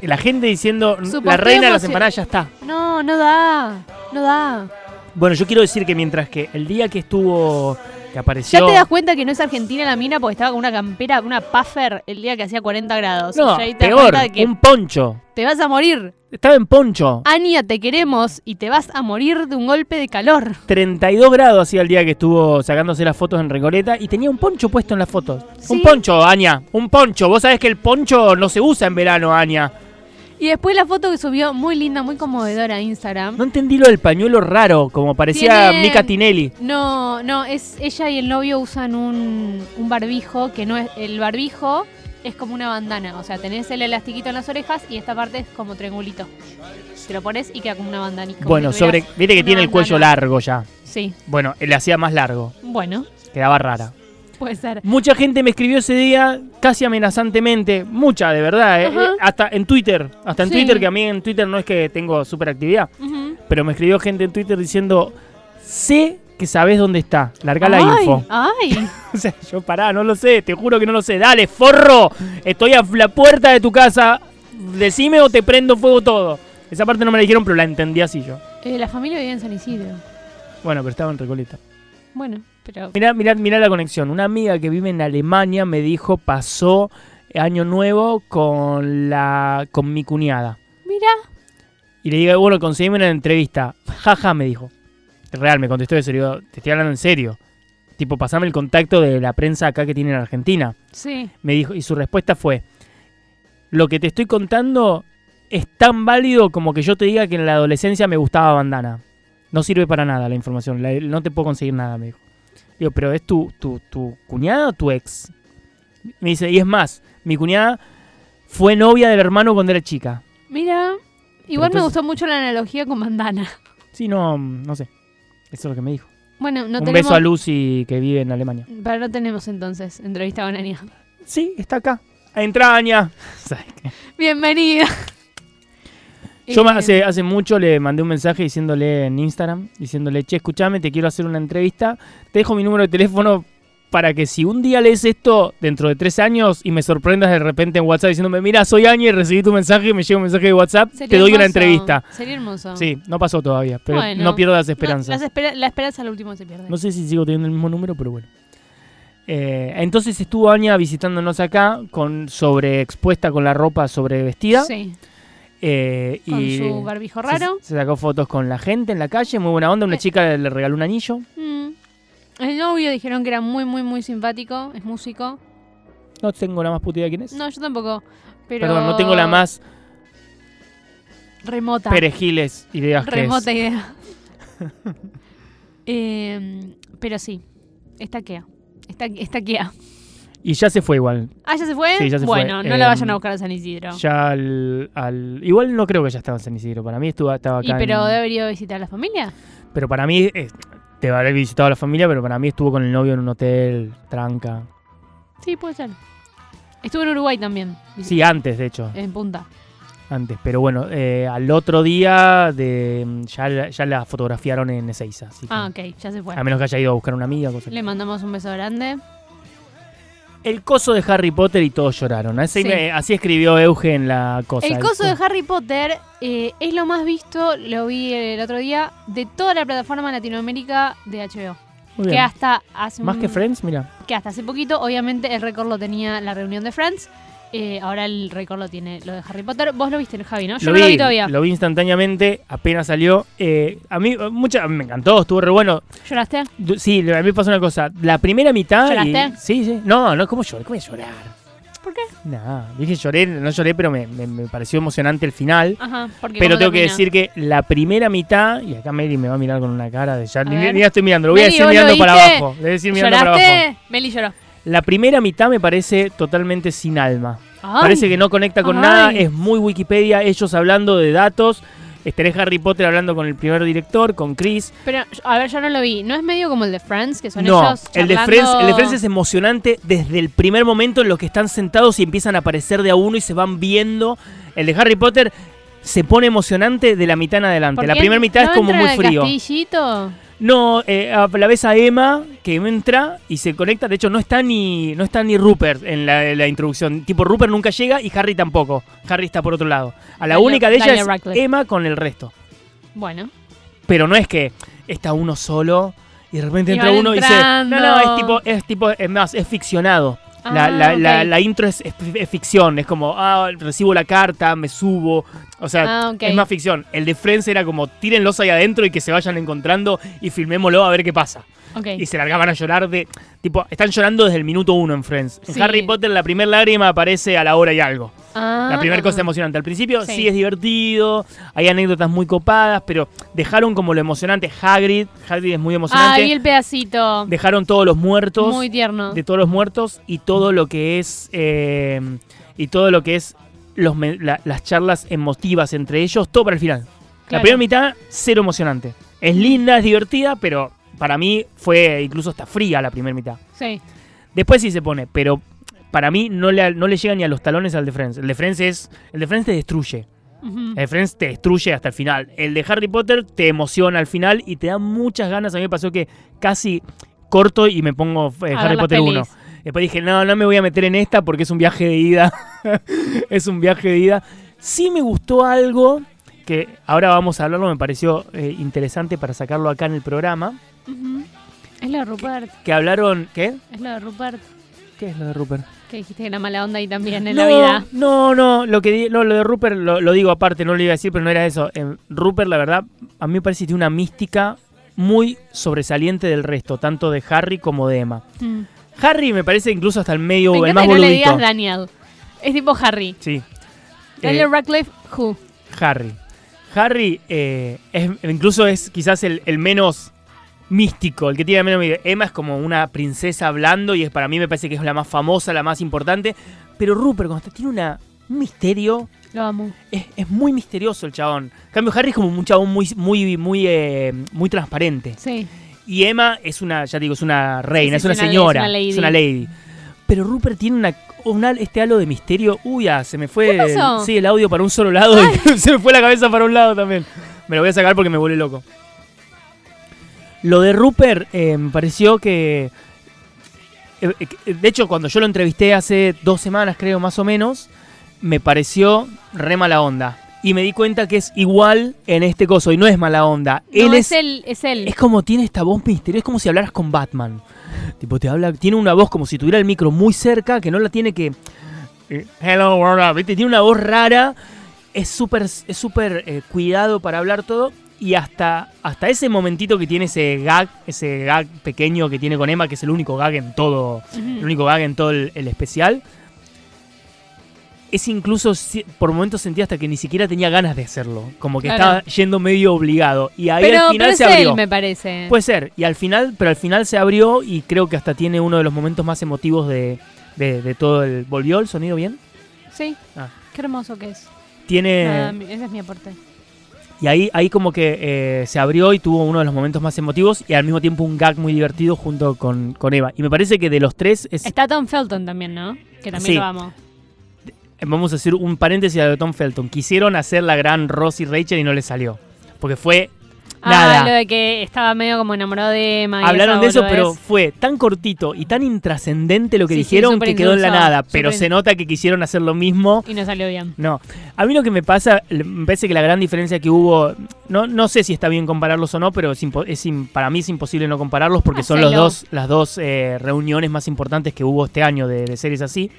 Speaker 1: la gente diciendo, la
Speaker 2: Suponemos
Speaker 1: reina de las
Speaker 2: que-
Speaker 1: empanadas ya está.
Speaker 2: No, no da. No da.
Speaker 1: Bueno, yo quiero decir que mientras que el día que estuvo que
Speaker 2: Ya
Speaker 1: apareció.
Speaker 2: te das cuenta que no es argentina la mina porque estaba con una campera, una puffer el día que hacía 40 grados.
Speaker 1: no,
Speaker 2: Ya ahí te das
Speaker 1: peor,
Speaker 2: cuenta de que
Speaker 1: un poncho.
Speaker 2: te vas a morir.
Speaker 1: Estaba en poncho.
Speaker 2: Ania, te queremos y te vas a morir de un golpe de calor.
Speaker 1: 32 grados hacía el día que estuvo sacándose las fotos en Recoleta y tenía un poncho puesto en las fotos.
Speaker 2: Sí.
Speaker 1: Un poncho, Aña. Un poncho. Vos sabés que el poncho no se usa en verano, Aña.
Speaker 2: Y después la foto que subió, muy linda, muy conmovedora a Instagram.
Speaker 1: No entendí lo del pañuelo raro, como parecía
Speaker 2: Tiene-
Speaker 1: Mica Tinelli.
Speaker 2: No, no, es ella y el novio usan un, un barbijo que no es. El barbijo es como una bandana. O sea, tenés el elastiquito en las orejas y esta parte es como triangulito. Te lo pones y queda como una bandana. como
Speaker 1: Bueno,
Speaker 2: si tuvieras-
Speaker 1: sobre. Viste que
Speaker 2: una
Speaker 1: tiene el cuello
Speaker 2: bandana.
Speaker 1: largo ya.
Speaker 2: Sí,
Speaker 1: Bueno, le hacía más largo.
Speaker 2: bueno,
Speaker 1: Quedaba rara.
Speaker 2: puede ser.
Speaker 1: Mucha gente me escribió ese día casi amenazantemente. Mucha, de verdad, ¿eh?
Speaker 2: Ajá.
Speaker 1: Eh, Hasta en Twitter. Hasta en
Speaker 2: Sí.
Speaker 1: Twitter, que a mí en Twitter no es que tengo super actividad.
Speaker 2: Ujú.
Speaker 1: Pero me escribió gente en Twitter diciendo: Sé que sabés dónde está. Larga la
Speaker 2: Ay,
Speaker 1: info.
Speaker 2: Ay,
Speaker 1: O sea, yo pará, no lo sé, te juro que no lo sé. Dale, forro, estoy a la puerta de tu casa. Decime o te prendo fuego todo. Esa parte no me la dijeron, pero la entendí así yo.
Speaker 2: Eh, la familia vivía en San Isidro.
Speaker 1: Bueno, pero estaba en Recoleta.
Speaker 2: Bueno, pero.
Speaker 1: Mirá, mirá, mirá la conexión. Una amiga que vive en Alemania me dijo, pasó año nuevo con la con mi cuñada.
Speaker 2: Mira,
Speaker 1: Y le digo, bueno, conseguime una entrevista. Jaja, me dijo. Real, me contestó de serio. Te estoy hablando en serio. Tipo, pasame el contacto de la prensa acá que tiene en Argentina.
Speaker 2: sí.
Speaker 1: me dijo, y su respuesta fue, lo que te estoy contando es tan válido como que yo te diga que en la adolescencia me gustaba bandana. No sirve para nada la información, la- no te puedo conseguir nada, me dijo. Digo, pero ¿es tu, tu, tu cuñada o tu ex? Me dice, y es más, mi cuñada fue novia del hermano cuando era chica.
Speaker 2: Mira. Igual me
Speaker 1: entonces-
Speaker 2: gustó mucho la analogía con bandana.
Speaker 1: Sí, no, no sé. Eso es lo que me dijo.
Speaker 2: Bueno, no
Speaker 1: Un
Speaker 2: tenemos.
Speaker 1: beso a Lucy que vive en Alemania.
Speaker 2: Pero no tenemos entonces entrevista con Ania.
Speaker 1: Sí, está acá. Entraña. ¿Sabes qué?
Speaker 2: Bienvenida.
Speaker 1: Yo
Speaker 2: Eh,
Speaker 1: me- hace, hace mucho le mandé un mensaje diciéndole en Instagram, diciéndole, che, escúchame, te quiero hacer una entrevista, te dejo mi número de teléfono para que si un día lees esto dentro de tres años y me sorprendas de repente en WhatsApp diciéndome, mira, soy Aña y recibí tu mensaje y me llega un mensaje de WhatsApp,
Speaker 2: sería
Speaker 1: te doy una
Speaker 2: hermoso,
Speaker 1: entrevista.
Speaker 2: Sería hermoso.
Speaker 1: Sí, no pasó todavía, pero
Speaker 2: Bueno.
Speaker 1: no pierdas
Speaker 2: No,
Speaker 1: esperanzas.
Speaker 2: las espera- la esperanza al último se pierde.
Speaker 1: No sé si sigo teniendo el mismo número, pero bueno. Eh, entonces estuvo Aña visitándonos acá, con sobreexpuesta con la ropa sobrevestida.
Speaker 2: Sí.
Speaker 1: Eh,
Speaker 2: Con
Speaker 1: y
Speaker 2: su barbijo
Speaker 1: se-
Speaker 2: raro.
Speaker 1: Se, sacó fotos con la gente en la calle, muy buena onda. Una
Speaker 2: Eh.
Speaker 1: chica le regaló un anillo.
Speaker 2: Mm. El novio dijeron que era muy, muy, muy simpático. Es músico.
Speaker 1: No tengo la más puta idea quién es.
Speaker 2: No, yo tampoco. Pero.
Speaker 1: Perdón, no tengo la más
Speaker 2: Remota.
Speaker 1: perejiles ideas que es.
Speaker 2: remota idea. Em, pero sí. Estaquea. Está, estaquea.
Speaker 1: Y ya se fue igual.
Speaker 2: Ah, ¿ya se fue?
Speaker 1: Sí, ya se
Speaker 2: bueno,
Speaker 1: fue.
Speaker 2: no la
Speaker 1: Em,
Speaker 2: vayan a buscar a San Isidro.
Speaker 1: Ya al, al- Igual no creo que ya estaba en San Isidro. Para mí estuvo, estaba acá.
Speaker 2: ¿Y pero
Speaker 1: en-
Speaker 2: debe haber ido a visitar a la familia?
Speaker 1: pero para mí. eh, te habré visitado a la familia, pero para mí estuvo con el novio en un hotel, tranca.
Speaker 2: Sí, puede ser. Estuvo en Uruguay también.
Speaker 1: Sí, antes, de hecho.
Speaker 2: En punta.
Speaker 1: Antes. Pero bueno, eh, al otro día de, ya, la- ya la fotografiaron en Ezeiza. así que-
Speaker 2: Ah, ok, ya se fue.
Speaker 1: A menos que haya ido a buscar una amiga. Cosa que-
Speaker 2: Le mandamos un beso grande.
Speaker 1: El coso de Harry Potter y todos lloraron. Así,
Speaker 2: Sí.
Speaker 1: eh, así escribió Euge en la cosa.
Speaker 2: el coso de Harry Potter eh, es lo más visto, lo vi el otro día, de toda la plataforma en Latinoamérica de HBO.
Speaker 1: Muy
Speaker 2: Que
Speaker 1: bien.
Speaker 2: hasta hace
Speaker 1: Más
Speaker 2: un-
Speaker 1: que Friends, mira.
Speaker 2: que hasta hace poquito, obviamente, el récord lo tenía la reunión de Friends. Eh, ahora el récord lo tiene lo de Harry Potter. Vos lo viste, Javi, ¿no? Yo no lo vi todavía.
Speaker 1: lo vi instantáneamente, apenas salió. Eh, a mí eh, mucha, me encantó, estuvo re bueno.
Speaker 2: ¿Lloraste?
Speaker 1: Du- Sí, a mí me pasó una cosa. La primera mitad. y-
Speaker 2: ¿Lloraste?
Speaker 1: sí, sí. No, no, ¿cómo llorar? ¿Cómo voy a llorar?
Speaker 2: ¿Por qué?
Speaker 1: Nah, dije lloré, no lloré, pero me, me- me pareció emocionante el final.
Speaker 2: Ajá, porque
Speaker 1: Pero
Speaker 2: ¿cómo
Speaker 1: tengo que
Speaker 2: termina?
Speaker 1: decir que la primera mitad, y acá Mary me va a mirar con una cara de ya,
Speaker 2: A
Speaker 1: ni,
Speaker 2: ver.
Speaker 1: ni la estoy mirando, lo voy
Speaker 2: Mary,
Speaker 1: a decir
Speaker 2: ¿vos lo
Speaker 1: mirando para
Speaker 2: viste?
Speaker 1: abajo. Voy a decir mirando para abajo.
Speaker 2: ¿Lloraste? Meli lloró.
Speaker 1: La primera mitad me parece totalmente sin alma.
Speaker 2: Ay,
Speaker 1: Parece que no conecta con
Speaker 2: Ay.
Speaker 1: nada, es muy Wikipedia, ellos hablando de datos. Estaré Harry Potter hablando con el primer director, con Chris.
Speaker 2: Pero, a ver, yo no lo vi. ¿No es medio como el de Friends? Que son
Speaker 1: no,
Speaker 2: ellos
Speaker 1: el de,
Speaker 2: charlando-
Speaker 1: Friends, el de Friends es emocionante desde el primer momento en los que están sentados y empiezan a aparecer de a uno y se van viendo. El de Harry Potter se pone emocionante de la mitad en adelante.
Speaker 2: ¿Por
Speaker 1: La
Speaker 2: qué
Speaker 1: primera mitad
Speaker 2: no
Speaker 1: es como
Speaker 2: entran
Speaker 1: muy
Speaker 2: al
Speaker 1: frío.
Speaker 2: Castillito?
Speaker 1: No, eh, a- la ves a Emma que entra y se conecta. De hecho, no está ni, no está ni Rupert en la, en la introducción. Tipo, Rupert nunca llega y Harry tampoco. Harry está por otro lado. A la
Speaker 2: Daniel-
Speaker 1: única de ellas
Speaker 2: Daniel
Speaker 1: es
Speaker 2: Radcliffe.
Speaker 1: Emma con el resto.
Speaker 2: Bueno,
Speaker 1: Pero no es que está uno solo Y de repente
Speaker 2: Y
Speaker 1: entra
Speaker 2: van
Speaker 1: uno y dice, no, no,
Speaker 2: entrando.
Speaker 1: es tipo, es tipo, es más, es ficcionado. La,
Speaker 2: Ah,
Speaker 1: la- la- la intro es, es- es ficción, es como, ah, recibo la carta, me subo. O sea,
Speaker 2: Ah, ok.
Speaker 1: es más ficción. El de Friends era como, tírenlos ahí adentro y que se vayan encontrando y filmémoslo a ver qué pasa.
Speaker 2: Ok.
Speaker 1: Y se largaban a llorar de. Tipo, están llorando desde el minuto uno en Friends. En
Speaker 2: Sí.
Speaker 1: Harry Potter, la primera lágrima aparece a la hora y algo. La
Speaker 2: Ah.
Speaker 1: primera cosa emocionante. Al principio sí.
Speaker 2: Sí.
Speaker 1: es divertido, hay anécdotas muy copadas, pero dejaron como lo emocionante Hagrid. Hagrid es muy
Speaker 2: Ah,
Speaker 1: emocionante.
Speaker 2: vi el pedacito.
Speaker 1: Dejaron todos los muertos,
Speaker 2: Muy tierno.
Speaker 1: de todos los muertos y todo lo que es eh, y todo lo que es los me- la- las charlas emotivas entre ellos, todo para el final. La
Speaker 2: Claro.
Speaker 1: primera mitad cero emocionante. Es linda, es divertida, pero para mí fue incluso hasta fría la primera mitad.
Speaker 2: Sí.
Speaker 1: Después sí se pone, pero para mí no le, no le llega ni a los talones al de Friends. El de Friends es. El de Friends te destruye.
Speaker 2: Ujú.
Speaker 1: El de Eh, Friends te destruye hasta el final. El de Harry Potter te emociona al final y te da muchas ganas. A mí me pasó que casi corto y me pongo eh,
Speaker 2: A ver
Speaker 1: Harry
Speaker 2: las
Speaker 1: Potter 1.
Speaker 2: pelis.
Speaker 1: Después dije, no, no me voy a meter en esta porque es un viaje de ida. es un viaje de ida. Sí me gustó algo que ahora vamos a hablarlo, me pareció eh, interesante para sacarlo acá en el programa.
Speaker 2: Ujú. Es lo de Rupert.
Speaker 1: Que hablaron. ¿Qué?
Speaker 2: Es lo de Rupert.
Speaker 1: ¿Qué es lo de Rupert?
Speaker 2: Que dijiste que era mala onda ahí también en
Speaker 1: no,
Speaker 2: la vida.
Speaker 1: No, no, lo que di- no, lo de Rupert lo, lo digo aparte, no lo iba a decir, pero no era eso. Em, Rupert, la verdad, a mí me parece que tiene una mística muy sobresaliente del resto, tanto de Harry como de Emma.
Speaker 2: Mm.
Speaker 1: Harry me parece incluso hasta el medio,
Speaker 2: Me
Speaker 1: el
Speaker 2: encanta
Speaker 1: más
Speaker 2: que no le
Speaker 1: boludito.
Speaker 2: digas Daniel. Es tipo Harry.
Speaker 1: sí. Eh,
Speaker 2: Daniel Radcliffe, who?
Speaker 1: Harry. Harry eh, es- incluso es quizás el, el menos místico, el que tiene menos... Emma es como una princesa hablando y es para mí me parece que es la más famosa, la más importante. Pero Rupert, cuando está- tiene una, un misterio...
Speaker 2: Lo amo.
Speaker 1: es, es muy misterioso el chabón. En cambio, Harry es como un chabón muy, muy, muy, eh, muy transparente.
Speaker 2: Sí.
Speaker 1: Y Emma es una, ya digo, es una reina,
Speaker 2: Sí,
Speaker 1: es
Speaker 2: sí,
Speaker 1: una
Speaker 2: es una-
Speaker 1: señora,
Speaker 2: es una lady.
Speaker 1: es una lady. Pero Rupert tiene una, una- este halo de misterio. Uy, ah, se me fue el-
Speaker 2: pasó?
Speaker 1: sí, el audio para un solo lado y se me fue la cabeza para un lado también. Me lo voy a sacar porque me vuelve loco. Lo de Rupert eh, me pareció que... eh, eh, De hecho, cuando yo lo entrevisté hace dos semanas, creo, más o menos, me pareció re mala onda. Y me di cuenta que es igual en este coso, y no es mala onda. Él
Speaker 2: No,
Speaker 1: es,
Speaker 2: es él. Es él.
Speaker 1: es como tiene esta voz misteriosa, es como si hablaras con Batman. Tipo, te habla, tiene una voz como si tuviera el micro muy cerca, que no la tiene que. eh, Hello, world up", ¿viste? Tiene una voz rara, es súper es súper eh, cuidado para hablar todo. Y hasta, hasta ese momentito que tiene ese gag, ese gag pequeño que tiene con Emma, que es el único gag en todo, el
Speaker 2: Ujú.
Speaker 1: único gag en todo el, el especial. Es incluso, si- por momentos sentí hasta que ni siquiera tenía ganas de hacerlo. Como que
Speaker 2: Claro.
Speaker 1: estaba yendo medio obligado. Y ahí
Speaker 2: Pero,
Speaker 1: al final
Speaker 2: pero es
Speaker 1: se abrió. Pues
Speaker 2: él, me parece.
Speaker 1: Puede ser, y al final, pero al final se abrió y creo que hasta tiene uno de los momentos más emotivos de, de- de todo el. ¿Volvió el sonido bien?
Speaker 2: Sí.
Speaker 1: Ah. Eh.
Speaker 2: Qué hermoso que es.
Speaker 1: Tiene.
Speaker 2: Nada, mi- ese es mi aporte.
Speaker 1: Y ahí, ahí como que eh, se abrió y tuvo uno de los momentos más emotivos y al mismo tiempo un gag muy divertido junto con, con Eva. Y me parece que de los tres es.
Speaker 2: Está Tom Felton también, ¿no? Que también
Speaker 1: Sí.
Speaker 2: lo amo.
Speaker 1: Vamos a hacer un paréntesis a lo de Tom Felton. Quisieron hacer la gran Ross y Rachel y no les salió. Porque fue. Nada.
Speaker 2: Ah, lo de que estaba medio como enamorado de Emma. y
Speaker 1: Hablaron
Speaker 2: esa
Speaker 1: de eso,
Speaker 2: boludez.
Speaker 1: pero fue tan cortito y tan intrascendente lo que
Speaker 2: Sí, sí,
Speaker 1: dijeron
Speaker 2: súper
Speaker 1: que quedó en la
Speaker 2: indulso,
Speaker 1: nada. Pero
Speaker 2: súper-
Speaker 1: se nota que quisieron hacer lo mismo.
Speaker 2: Y no salió bien.
Speaker 1: No. A mí lo que me pasa, l- me parece que la gran diferencia que hubo, no, no sé si está bien compararlos o no, pero es impo- es im- para mí es imposible no compararlos porque son los
Speaker 2: Hacelo.
Speaker 1: dos, las dos eh, reuniones más importantes que hubo este año de, de series así.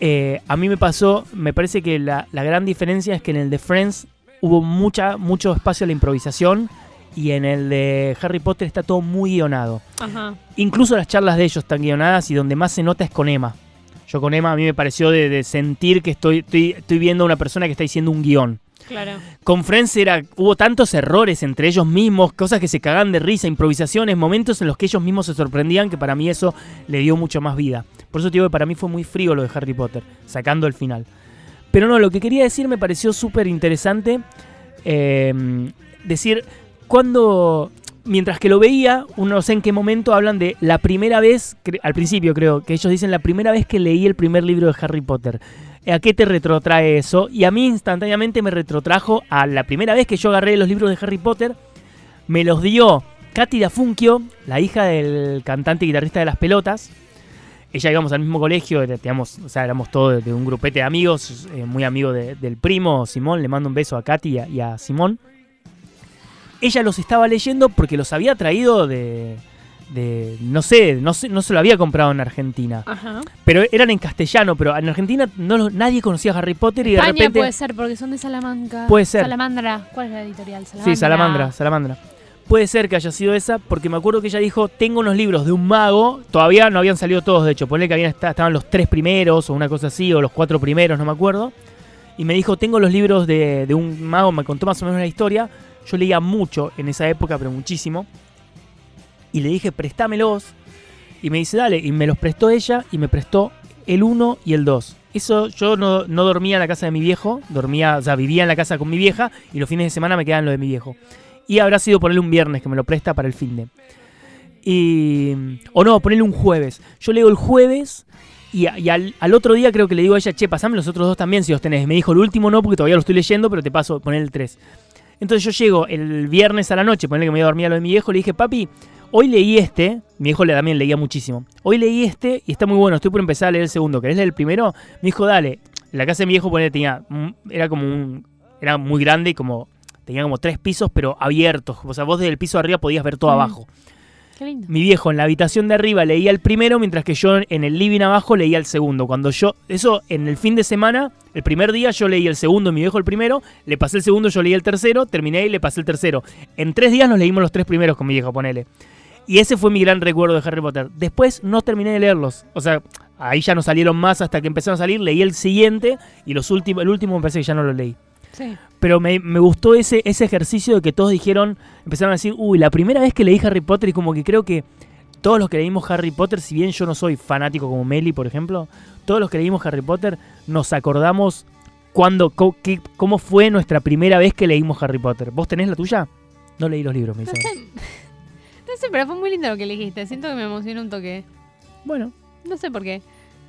Speaker 1: Eh, a mí me pasó, me parece que la, la gran diferencia es que en el de Friends hubo mucha, mucho espacio a la improvisación y en el de Harry Potter está todo muy guionado.
Speaker 2: Ajá.
Speaker 1: Incluso las charlas de ellos están guionadas y donde más se nota es con Emma. Yo con Emma a mí me pareció de, de sentir que estoy, estoy, estoy viendo a una persona que está diciendo un guión.
Speaker 2: Claro.
Speaker 1: Con Friends era, hubo tantos errores entre ellos mismos, cosas que se cagan de risa, improvisaciones, momentos en los que ellos mismos se sorprendían, que para mí eso le dio mucho más vida. Por eso te digo que para mí fue muy frío lo de Harry Potter, sacando el final. Pero no, lo que quería decir me pareció súper interesante. eh, decir, cuando. Mientras que lo veía, uno no sé en qué momento hablan de la primera vez, cre- al principio creo, que ellos dicen la primera vez que leí el primer libro de Harry Potter. ¿A qué te retrotrae eso? Y a mí instantáneamente me retrotrajo a la primera vez que yo agarré los libros de Harry Potter. Me los dio Katy Dafunkio, la hija del cantante y guitarrista de Las Pelotas. Ella íbamos al mismo colegio, era- teníamos- o sea, éramos todos de un grupete de amigos, eh, muy amigo de- del primo Simón. Le mando un beso a Katy y a- y a Simón. ella los estaba leyendo porque los había traído de, de no sé, no sé, no se lo había comprado en Argentina.
Speaker 2: Ajá.
Speaker 1: Pero eran en castellano, pero en Argentina no lo- nadie conocía a Harry Potter y de
Speaker 2: España
Speaker 1: repente
Speaker 2: puede ser, porque son de Salamanca.
Speaker 1: Puede ser.
Speaker 2: Salamandra. ¿Cuál es la editorial? Salamandra.
Speaker 1: Sí, Salamandra, Salamandra. Puede ser que haya sido esa, porque me acuerdo que ella dijo, tengo unos libros de un mago, todavía no habían salido todos, de hecho, ponle que habían, esta- estaban los tres primeros o una cosa así, o los cuatro primeros, no me acuerdo. Y me dijo, tengo los libros de, de un mago, me contó más o menos la historia. Yo leía mucho en esa época, pero muchísimo. Y le dije, prestámelos. Y me dice, dale, y me los prestó ella y me prestó el 1 y el 2. Eso yo no, no dormía en la casa de mi viejo, dormía, o sea, vivía en la casa con mi vieja y los fines de semana me quedaban en lo de mi viejo. Y habrá sido ponerle un viernes que me lo presta para el fin de. Y, o no, ponerle un jueves. Yo leo el jueves y, a- y al, al otro día creo que le digo a ella, che, pasame los otros dos también si los tenés. Me dijo, el último no, porque todavía lo estoy leyendo, pero te paso, poner el 3. Entonces yo llego el viernes a la noche, ponele que me iba a dormir a lo de mi viejo, le dije, papi, hoy leí este, mi viejo le- también leía muchísimo, hoy leí este y está muy bueno, estoy por empezar a leer el segundo, ¿querés leer el primero? Me dijo, dale, la casa de mi viejo ponele, tenía, un- era como un, era muy grande y como, tenía como tres pisos, pero abiertos, o sea, vos desde el piso de arriba podías ver todo
Speaker 2: Mm.
Speaker 1: abajo.
Speaker 2: Qué lindo.
Speaker 1: Mi viejo en la habitación de arriba leía el primero, mientras que yo en el living abajo leía el segundo. Cuando yo, eso en el fin de semana, el primer día yo leí el segundo, mi viejo el primero, le pasé el segundo, yo leí el tercero, terminé y le pasé el tercero. En tres días nos leímos los tres primeros con mi viejo, ponele. Y ese fue mi gran recuerdo de Harry Potter. Después no terminé de leerlos. O sea, ahí ya no salieron más hasta que empezaron a salir, leí el siguiente y los últimos, el último me parece que ya no lo leí
Speaker 2: Sí.
Speaker 1: pero me, me gustó ese, ese ejercicio de que todos dijeron, empezaron a decir, uy, la primera vez que leí Harry Potter y como que creo que todos los que leímos Harry Potter, si bien yo no soy fanático como Meli, por ejemplo, todos los que leímos Harry Potter nos acordamos cuando, co- qué- cómo fue nuestra primera vez que leímos Harry Potter. ¿Vos tenés la tuya? No leí los libros, me
Speaker 2: No
Speaker 1: dice.
Speaker 2: sé. No sé, pero fue muy lindo lo que elegiste. Siento que me emocionó un toque.
Speaker 1: Bueno,
Speaker 2: No sé por qué.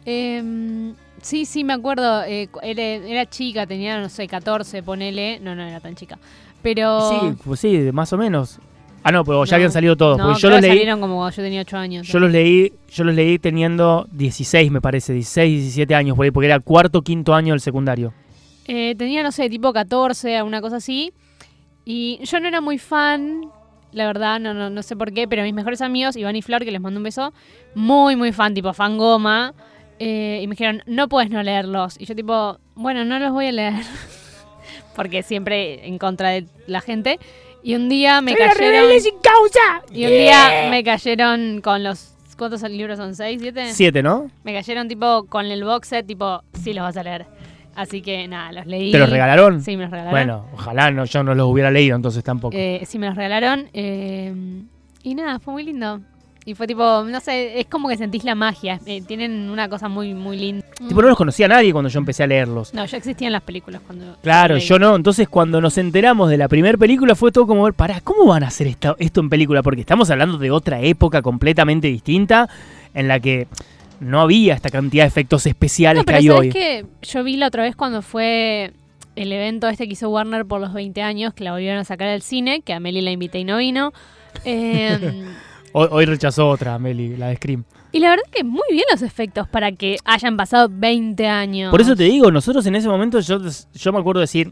Speaker 2: Em, sí, sí, me acuerdo. eh, cu- era, era chica, tenía, no sé, 14, ponele. No, no era tan chica. Pero.
Speaker 1: sí, pues sí, más o menos. Ah, no, pero ya
Speaker 2: No.
Speaker 1: habían salido todos.
Speaker 2: no,
Speaker 1: porque yo
Speaker 2: creo
Speaker 1: los
Speaker 2: que
Speaker 1: leí.
Speaker 2: salieron como cuando yo tenía 8 años.
Speaker 1: Yo los leí, yo los leí teniendo 16, me parece, 16, 17 años por ahí, porque era cuarto, quinto año del secundario.
Speaker 2: Eh, tenía, no sé, tipo 14, una cosa así. Y yo no era muy fan, la verdad, no, no, no sé por qué, pero mis mejores amigos, Iván y Flor, que les mando un beso, muy, muy fan, tipo fan goma. eh, y me dijeron, no puedes no leerlos. Y yo tipo, bueno, no los voy a leer. Porque siempre en contra de la gente. Y un día me cayeron... Y un día me cayeron con los... ¿Cuántos libros son? ¿Seis? ¿Siete?
Speaker 1: Siete, ¿no?
Speaker 2: Me cayeron tipo con el box set, tipo, sí los vas a leer. Así que nada, los leí.
Speaker 1: ¿Te los regalaron?
Speaker 2: Sí, me los regalaron.
Speaker 1: Bueno, ojalá no, yo no los hubiera leído entonces tampoco.
Speaker 2: Eh, sí, me los regalaron. eh, y nada, fue muy lindo. Y fue tipo, no sé, es como que sentís la magia. eh, tienen una cosa muy, muy linda.
Speaker 1: tipo, no los conocía a nadie cuando yo empecé a leerlos.
Speaker 2: No, ya existían las películas cuando.
Speaker 1: Claro,
Speaker 2: leí.
Speaker 1: yo no. Entonces, cuando nos enteramos de la primera película, fue todo como ver, pará, ¿cómo van a hacer esta- esto en película? Porque estamos hablando de otra época completamente distinta en la que no había esta cantidad de efectos especiales
Speaker 2: No,
Speaker 1: que
Speaker 2: pero
Speaker 1: hay
Speaker 2: sabes
Speaker 1: hoy.
Speaker 2: que yo vi la otra vez cuando fue el evento este que hizo Warner por los 20 años, que la volvieron a sacar al cine, que a Meli la invité y no vino. Eh,
Speaker 1: Hoy, hoy rechazó otra, Meli, la de Scream.
Speaker 2: y la verdad que muy bien los efectos para que hayan pasado 20 años.
Speaker 1: Por eso te digo, nosotros en ese momento, yo, yo me acuerdo decir,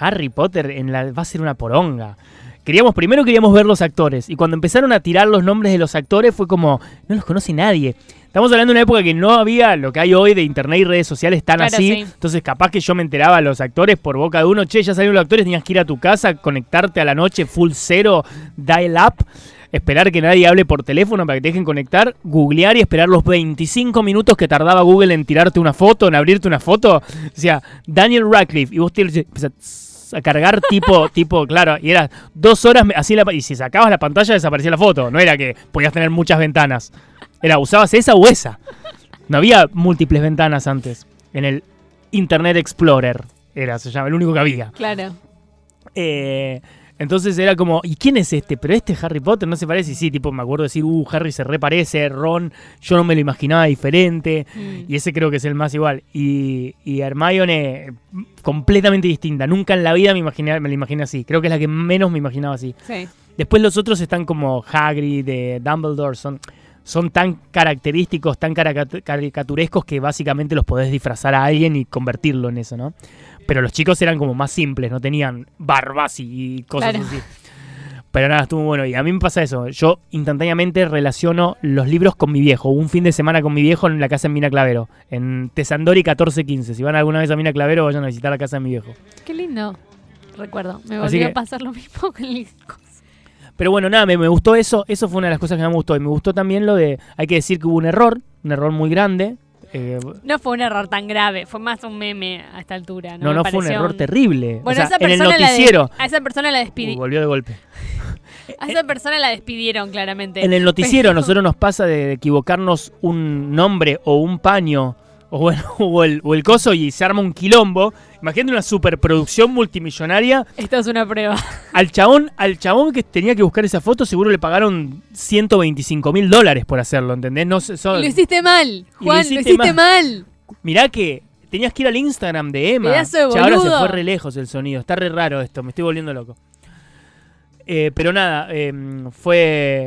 Speaker 1: Harry Potter en la, va a ser una poronga. Queríamos, primero queríamos ver los actores, y cuando empezaron a tirar los nombres de los actores fue como, no los conoce nadie. Estamos hablando de una época que no había lo que hay hoy de internet y redes sociales tan
Speaker 2: Claro,
Speaker 1: así.
Speaker 2: sí.
Speaker 1: Entonces, capaz que yo me enteraba a los actores por boca de uno, che, ya salieron los actores, tenías que ir a tu casa, conectarte a la noche, full cero, dial up, esperar que nadie hable por teléfono para que te dejen conectar, googlear y esperar los 25 minutos que tardaba Google en tirarte una foto, en abrirte una foto. O sea, Daniel Radcliffe, y vos te empezás a cargar tipo, tipo, claro, y era dos horas me- así la pa- y si sacabas la pantalla desaparecía la foto, no era que podías tener muchas ventanas. Era, usabas esa o esa. No había múltiples ventanas antes. En el Internet Explorer era, se llama, el único que había.
Speaker 2: Claro.
Speaker 1: Eh, entonces era como, ¿y quién es este? Pero este Harry Potter no se parece. Y sí, tipo, me acuerdo decir, uh, Harry se reparece, Ron, yo no me lo imaginaba diferente.
Speaker 2: Mm.
Speaker 1: Y ese creo que es el más igual. Y, y Hermione, eh, completamente distinta. Nunca en la vida me, imaginé, me la imaginé así. Creo que es la que menos me imaginaba así.
Speaker 2: Sí.
Speaker 1: Después los otros están como Hagrid, de Dumbledore, son, son tan característicos, tan caracat- caricaturescos que básicamente los podés disfrazar a alguien y convertirlo en eso, ¿no? Pero los chicos eran como más simples, no tenían barbas y cosas
Speaker 2: Claro.
Speaker 1: así. Pero nada, estuvo muy bueno. Y a mí me pasa eso. Yo instantáneamente relaciono los libros con mi viejo. Un fin de semana con mi viejo en la casa en Mina Clavero. En Tesandori 1415. Si van alguna vez a Mina Clavero, vayan a visitar la casa de mi viejo.
Speaker 2: Qué lindo. Recuerdo. Me
Speaker 1: Así
Speaker 2: volvió
Speaker 1: que-
Speaker 2: a pasar lo mismo con el disco.
Speaker 1: Pero bueno, nada, me, me gustó eso. Eso fue una de las cosas que más me gustó. Y me gustó también lo de. Hay que decir que hubo un error. Un error muy grande. Eh,
Speaker 2: No fue un error tan grave, fue más un meme a esta altura. No,
Speaker 1: no,
Speaker 2: me
Speaker 1: no, fue un
Speaker 2: pareció
Speaker 1: error terrible.
Speaker 2: Bueno,
Speaker 1: o sea,
Speaker 2: esa
Speaker 1: en el
Speaker 2: persona la de-
Speaker 1: noticiero.
Speaker 2: a esa persona la
Speaker 1: Uy,
Speaker 2: despidieron.
Speaker 1: volvió de golpe.
Speaker 2: a esa persona la despidieron claramente.
Speaker 1: En el noticiero a
Speaker 2: Pero-
Speaker 1: nosotros nos pasa de equivocarnos un nombre o un paño o, bueno, o, el, o el coso y se arma un quilombo. Imagínate una superproducción multimillonaria.
Speaker 2: Esto es una prueba.
Speaker 1: Al chabón, al chabón que tenía que buscar esa foto seguro le pagaron 125 mil dólares por hacerlo, ¿entendés? No sé, son-
Speaker 2: Lo hiciste mal,
Speaker 1: lo
Speaker 2: Juan, lo
Speaker 1: hiciste
Speaker 2: hiciste,
Speaker 1: mal.
Speaker 2: mal.
Speaker 1: Mirá que tenías que ir al Instagram de Emma.
Speaker 2: Pedazo de
Speaker 1: Che, ahora se
Speaker 2: boludo.
Speaker 1: fue re lejos el sonido. Está re raro esto, me estoy volviendo loco. Eh, pero nada, em, fue.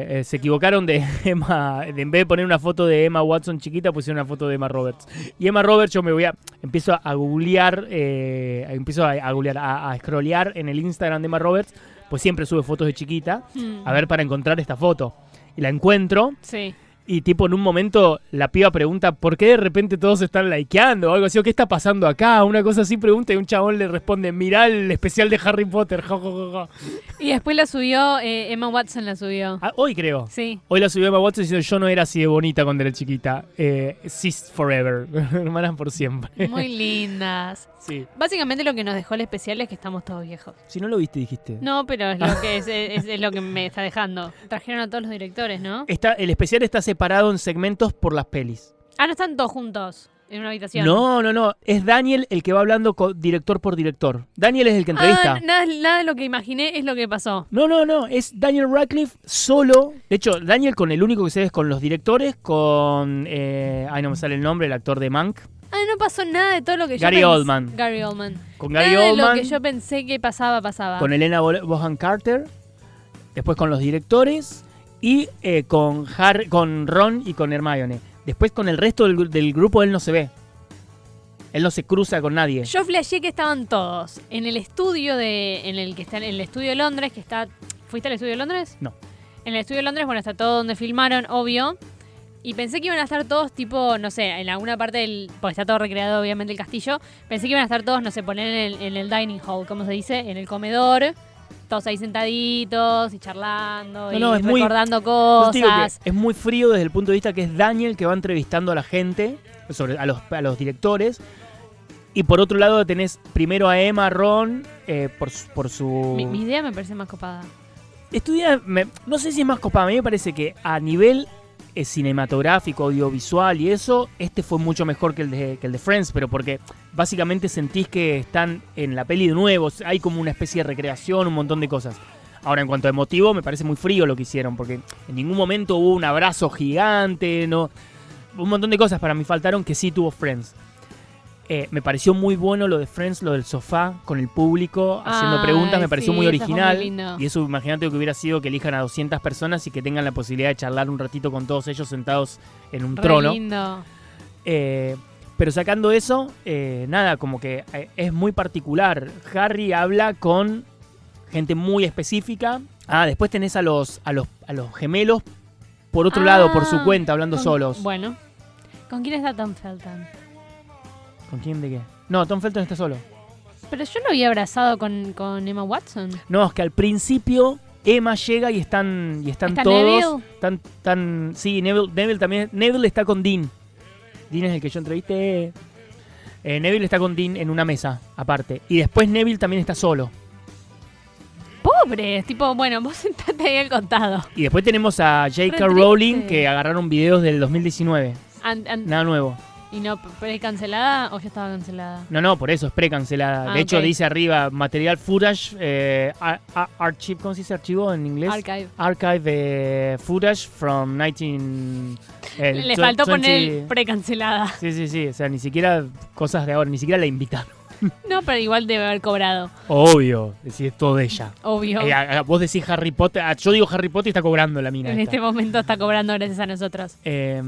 Speaker 1: eh, se equivocaron de Emma. de- en vez de poner una foto de Emma Watson chiquita, pusieron una foto de Emma Roberts. Y Emma Roberts, yo me voy a. Empiezo a googlear. eh, empiezo a, a googlear, a, a scrollear en el Instagram de Emma Roberts. Pues siempre sube fotos de chiquita.
Speaker 2: Mm,
Speaker 1: A ver para encontrar esta foto. Y la encuentro.
Speaker 2: Sí.
Speaker 1: Y tipo en un momento la piba pregunta ¿por qué de repente todos están likeando o algo así? ¿O qué está pasando acá? Una cosa así pregunta y un chabón le responde mirá el especial de Harry Potter. jo, jo, jo, jo".
Speaker 2: Y después la subió, eh, Emma Watson la subió.
Speaker 1: Ah, hoy creo.
Speaker 2: Sí.
Speaker 1: Hoy la subió Emma Watson diciendo yo no era así de bonita cuando era chiquita. Eh, sis forever. Hermanas por siempre.
Speaker 2: Muy lindas.
Speaker 1: Sí.
Speaker 2: Básicamente lo que nos dejó el especial es que estamos todos viejos.
Speaker 1: Si no lo viste dijiste.
Speaker 2: No, pero es lo que es, es- es lo que me está dejando. Trajeron a todos los directores, ¿no?
Speaker 1: Está, el especial está separado en segmentos por las pelis.
Speaker 2: Ah, no están todos juntos en una habitación.
Speaker 1: No, no, no. Es Daniel el que va hablando co- director por director. Daniel es el que entrevista.
Speaker 2: Ah, nada, nada de lo que imaginé es lo que pasó.
Speaker 1: No, no, no, es Daniel Radcliffe solo. De hecho, Daniel con el único que se ve es con los directores, con... Eh, ay, no me sale el nombre, el actor de Mank.
Speaker 2: Ah, no pasó nada de todo lo que
Speaker 1: Gary
Speaker 2: yo pens-
Speaker 1: Oldman.
Speaker 2: Gary Oldman.
Speaker 1: Con Gary
Speaker 2: nada de
Speaker 1: Oldman,
Speaker 2: Eh, lo que yo pensé que pasaba, pasaba.
Speaker 1: con Elena Bo- Bohan Carter, después con los directores y eh, con, Har- con Ron y con Hermione. Después con el resto del, gru- del grupo él no se ve. Él no se cruza con nadie.
Speaker 2: Yo flasheé que estaban todos en el estudio de. en el que está en el estudio de Londres, que está. ¿Fuiste al estudio de Londres?
Speaker 1: No.
Speaker 2: En el estudio de Londres, bueno, está todo donde filmaron, obvio. Y pensé que iban a estar todos tipo, no sé, en alguna parte del. Porque está todo recreado, obviamente, el castillo. Pensé que iban a estar todos, no sé, poner en el, en el dining hall, ¿cómo se dice? En el comedor. Todos ahí sentaditos y charlando
Speaker 1: No, no,
Speaker 2: y
Speaker 1: es muy-
Speaker 2: recordando
Speaker 1: Yo te digo que
Speaker 2: cosas.
Speaker 1: es muy frío desde el punto de vista que es Daniel que va entrevistando a la gente, sobre, a, los, a los directores. Y por otro lado tenés primero a Emma, Ron, eh, por, su- por su...
Speaker 2: Mi, mi idea me parece más copada.
Speaker 1: Estudia, me- no sé si es más copada, a mí me parece que a nivel eh, cinematográfico, audiovisual y eso, este fue mucho mejor que el, de, que el de Friends, pero porque básicamente sentís que están en la peli de nuevo, hay como una especie de recreación, un montón de cosas. Ahora, en cuanto a emotivo, me parece muy frío lo que hicieron, porque en ningún momento hubo un abrazo gigante, no un montón de cosas para mí faltaron que sí tuvo Friends. Eh, me pareció muy bueno lo de Friends, lo del sofá con el público, haciendo
Speaker 2: Ay,
Speaker 1: preguntas, me pareció
Speaker 2: sí,
Speaker 1: muy
Speaker 2: eso fue muy
Speaker 1: original.
Speaker 2: lindo.
Speaker 1: y eso imagínate lo que hubiera sido que elijan a 200 personas y que tengan la posibilidad de charlar un ratito con todos ellos sentados en un
Speaker 2: Re
Speaker 1: trono.
Speaker 2: lindo.
Speaker 1: Eh, pero sacando eso, eh, nada, como que eh, es muy particular. Harry habla con gente muy específica. Ah, después tenés a los, a los, a los gemelos por otro
Speaker 2: Ah,
Speaker 1: lado, por su cuenta, hablando
Speaker 2: Con-
Speaker 1: solos.
Speaker 2: Bueno. ¿Con quién está Tom Felton?
Speaker 1: ¿Con quién de qué? No, Tom Felton está solo.
Speaker 2: Pero yo lo había abrazado con, con Emma Watson.
Speaker 1: No, es que al principio Emma llega y están, y están
Speaker 2: ¿Está
Speaker 1: todos.
Speaker 2: Neville?
Speaker 1: Están, están- sí, Neville, Neville también. Neville está con Dean. Dean es el que yo entrevisté. Eh, Neville está con Dean en una mesa, aparte. Y después Neville también está solo.
Speaker 2: Pobre, es tipo, bueno, vos sentate ahí al contado.
Speaker 1: Y después tenemos a J.K.
Speaker 2: triste.
Speaker 1: Rowling que agarraron videos del 2019.
Speaker 2: An- an-
Speaker 1: Nada nuevo.
Speaker 2: ¿Y no fue cancelada o ya estaba cancelada?
Speaker 1: No, no, por eso es precancelada.
Speaker 2: Ah,
Speaker 1: de hecho,
Speaker 2: ok.
Speaker 1: dice arriba material footage, eh, ar- ar- archive, ¿cómo se dice archivo en inglés?
Speaker 2: Archive.
Speaker 1: Archive eh, footage from 19. eh,
Speaker 2: Le
Speaker 1: tw-
Speaker 2: faltó
Speaker 1: 20
Speaker 2: poner precancelada.
Speaker 1: Sí, sí, sí. O sea, ni siquiera cosas de ahora, ni siquiera la invitaron.
Speaker 2: No, pero igual debe haber cobrado,
Speaker 1: Obvio, decís todo de ella.
Speaker 2: obvio.
Speaker 1: Eh, a- a- vos decís Harry Potter. ah, yo digo Harry Potter y está cobrando la mina.
Speaker 2: en
Speaker 1: esta.
Speaker 2: este momento está cobrando gracias a nosotros.
Speaker 1: Eh,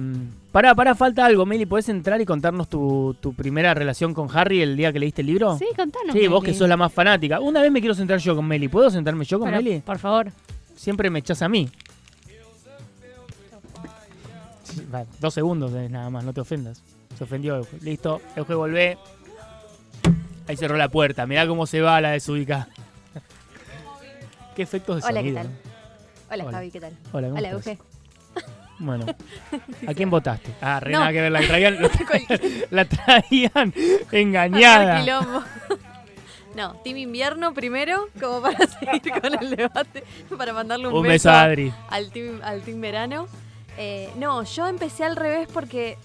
Speaker 1: pará, pará, falta algo, Meli. ¿Podés entrar y contarnos tu, tu primera relación con Harry el día que leíste el libro?
Speaker 2: Sí, contanos.
Speaker 1: Oh. Sí, vos
Speaker 2: Meli.
Speaker 1: que sos la más fanática. Una vez me quiero sentar yo con Meli. ¿Puedo sentarme yo con
Speaker 2: Pero,
Speaker 1: Meli?
Speaker 2: Por favor.
Speaker 1: siempre me echas a mí. Sí, va, Dos segundos eh, nada más, no te ofendas. Se ofendió Euge. Listo, Euge volvé. Ahí cerró la puerta. Mirá cómo se va la desubica. Qué efectos de
Speaker 4: Hola, ¿qué
Speaker 1: sonido,
Speaker 4: tal?
Speaker 1: ¿no?
Speaker 4: Hola,
Speaker 1: Hola.
Speaker 4: Javi, ¿qué tal?
Speaker 1: Hola, ¿cómo
Speaker 4: Hola,
Speaker 1: estás?
Speaker 4: Euge.
Speaker 1: Bueno, ¿a quién votaste? Ah, re
Speaker 4: No.
Speaker 1: nada que ver, la traían, la
Speaker 4: Cualquier
Speaker 1: la traían engañada.
Speaker 4: quilombo. No, Team Invierno primero, como para seguir con el debate, para mandarle un,
Speaker 1: Un beso a Adri.
Speaker 4: al team, al team verano. Eh, no, yo empecé al revés porque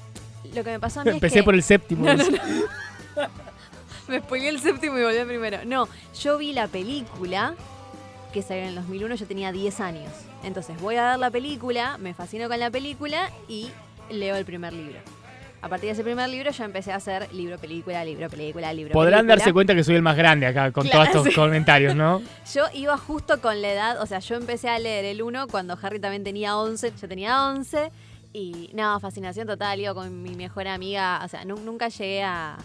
Speaker 4: lo que me pasó a mí es
Speaker 1: Empecé
Speaker 4: que
Speaker 1: por el séptimo.
Speaker 4: No, no, me spoilé el séptimo y volví al primero. No, yo vi la película que salió en el 2001, yo tenía 10 años. Entonces voy a ver la película, me fascino con la película y leo el primer libro. A partir de ese primer libro yo empecé a hacer libro, película, libro, película, libro,
Speaker 1: Podrán
Speaker 4: película.
Speaker 1: darse cuenta que soy el más grande acá con
Speaker 4: Claro,
Speaker 1: todos estos
Speaker 4: sí.
Speaker 1: comentarios, ¿no?
Speaker 4: Yo iba justo con la edad, o sea, yo empecé a leer el 1 cuando Harry también tenía 11, yo tenía 11 y no, fascinación total, iba con mi mejor amiga, o sea, nu- nunca llegué a,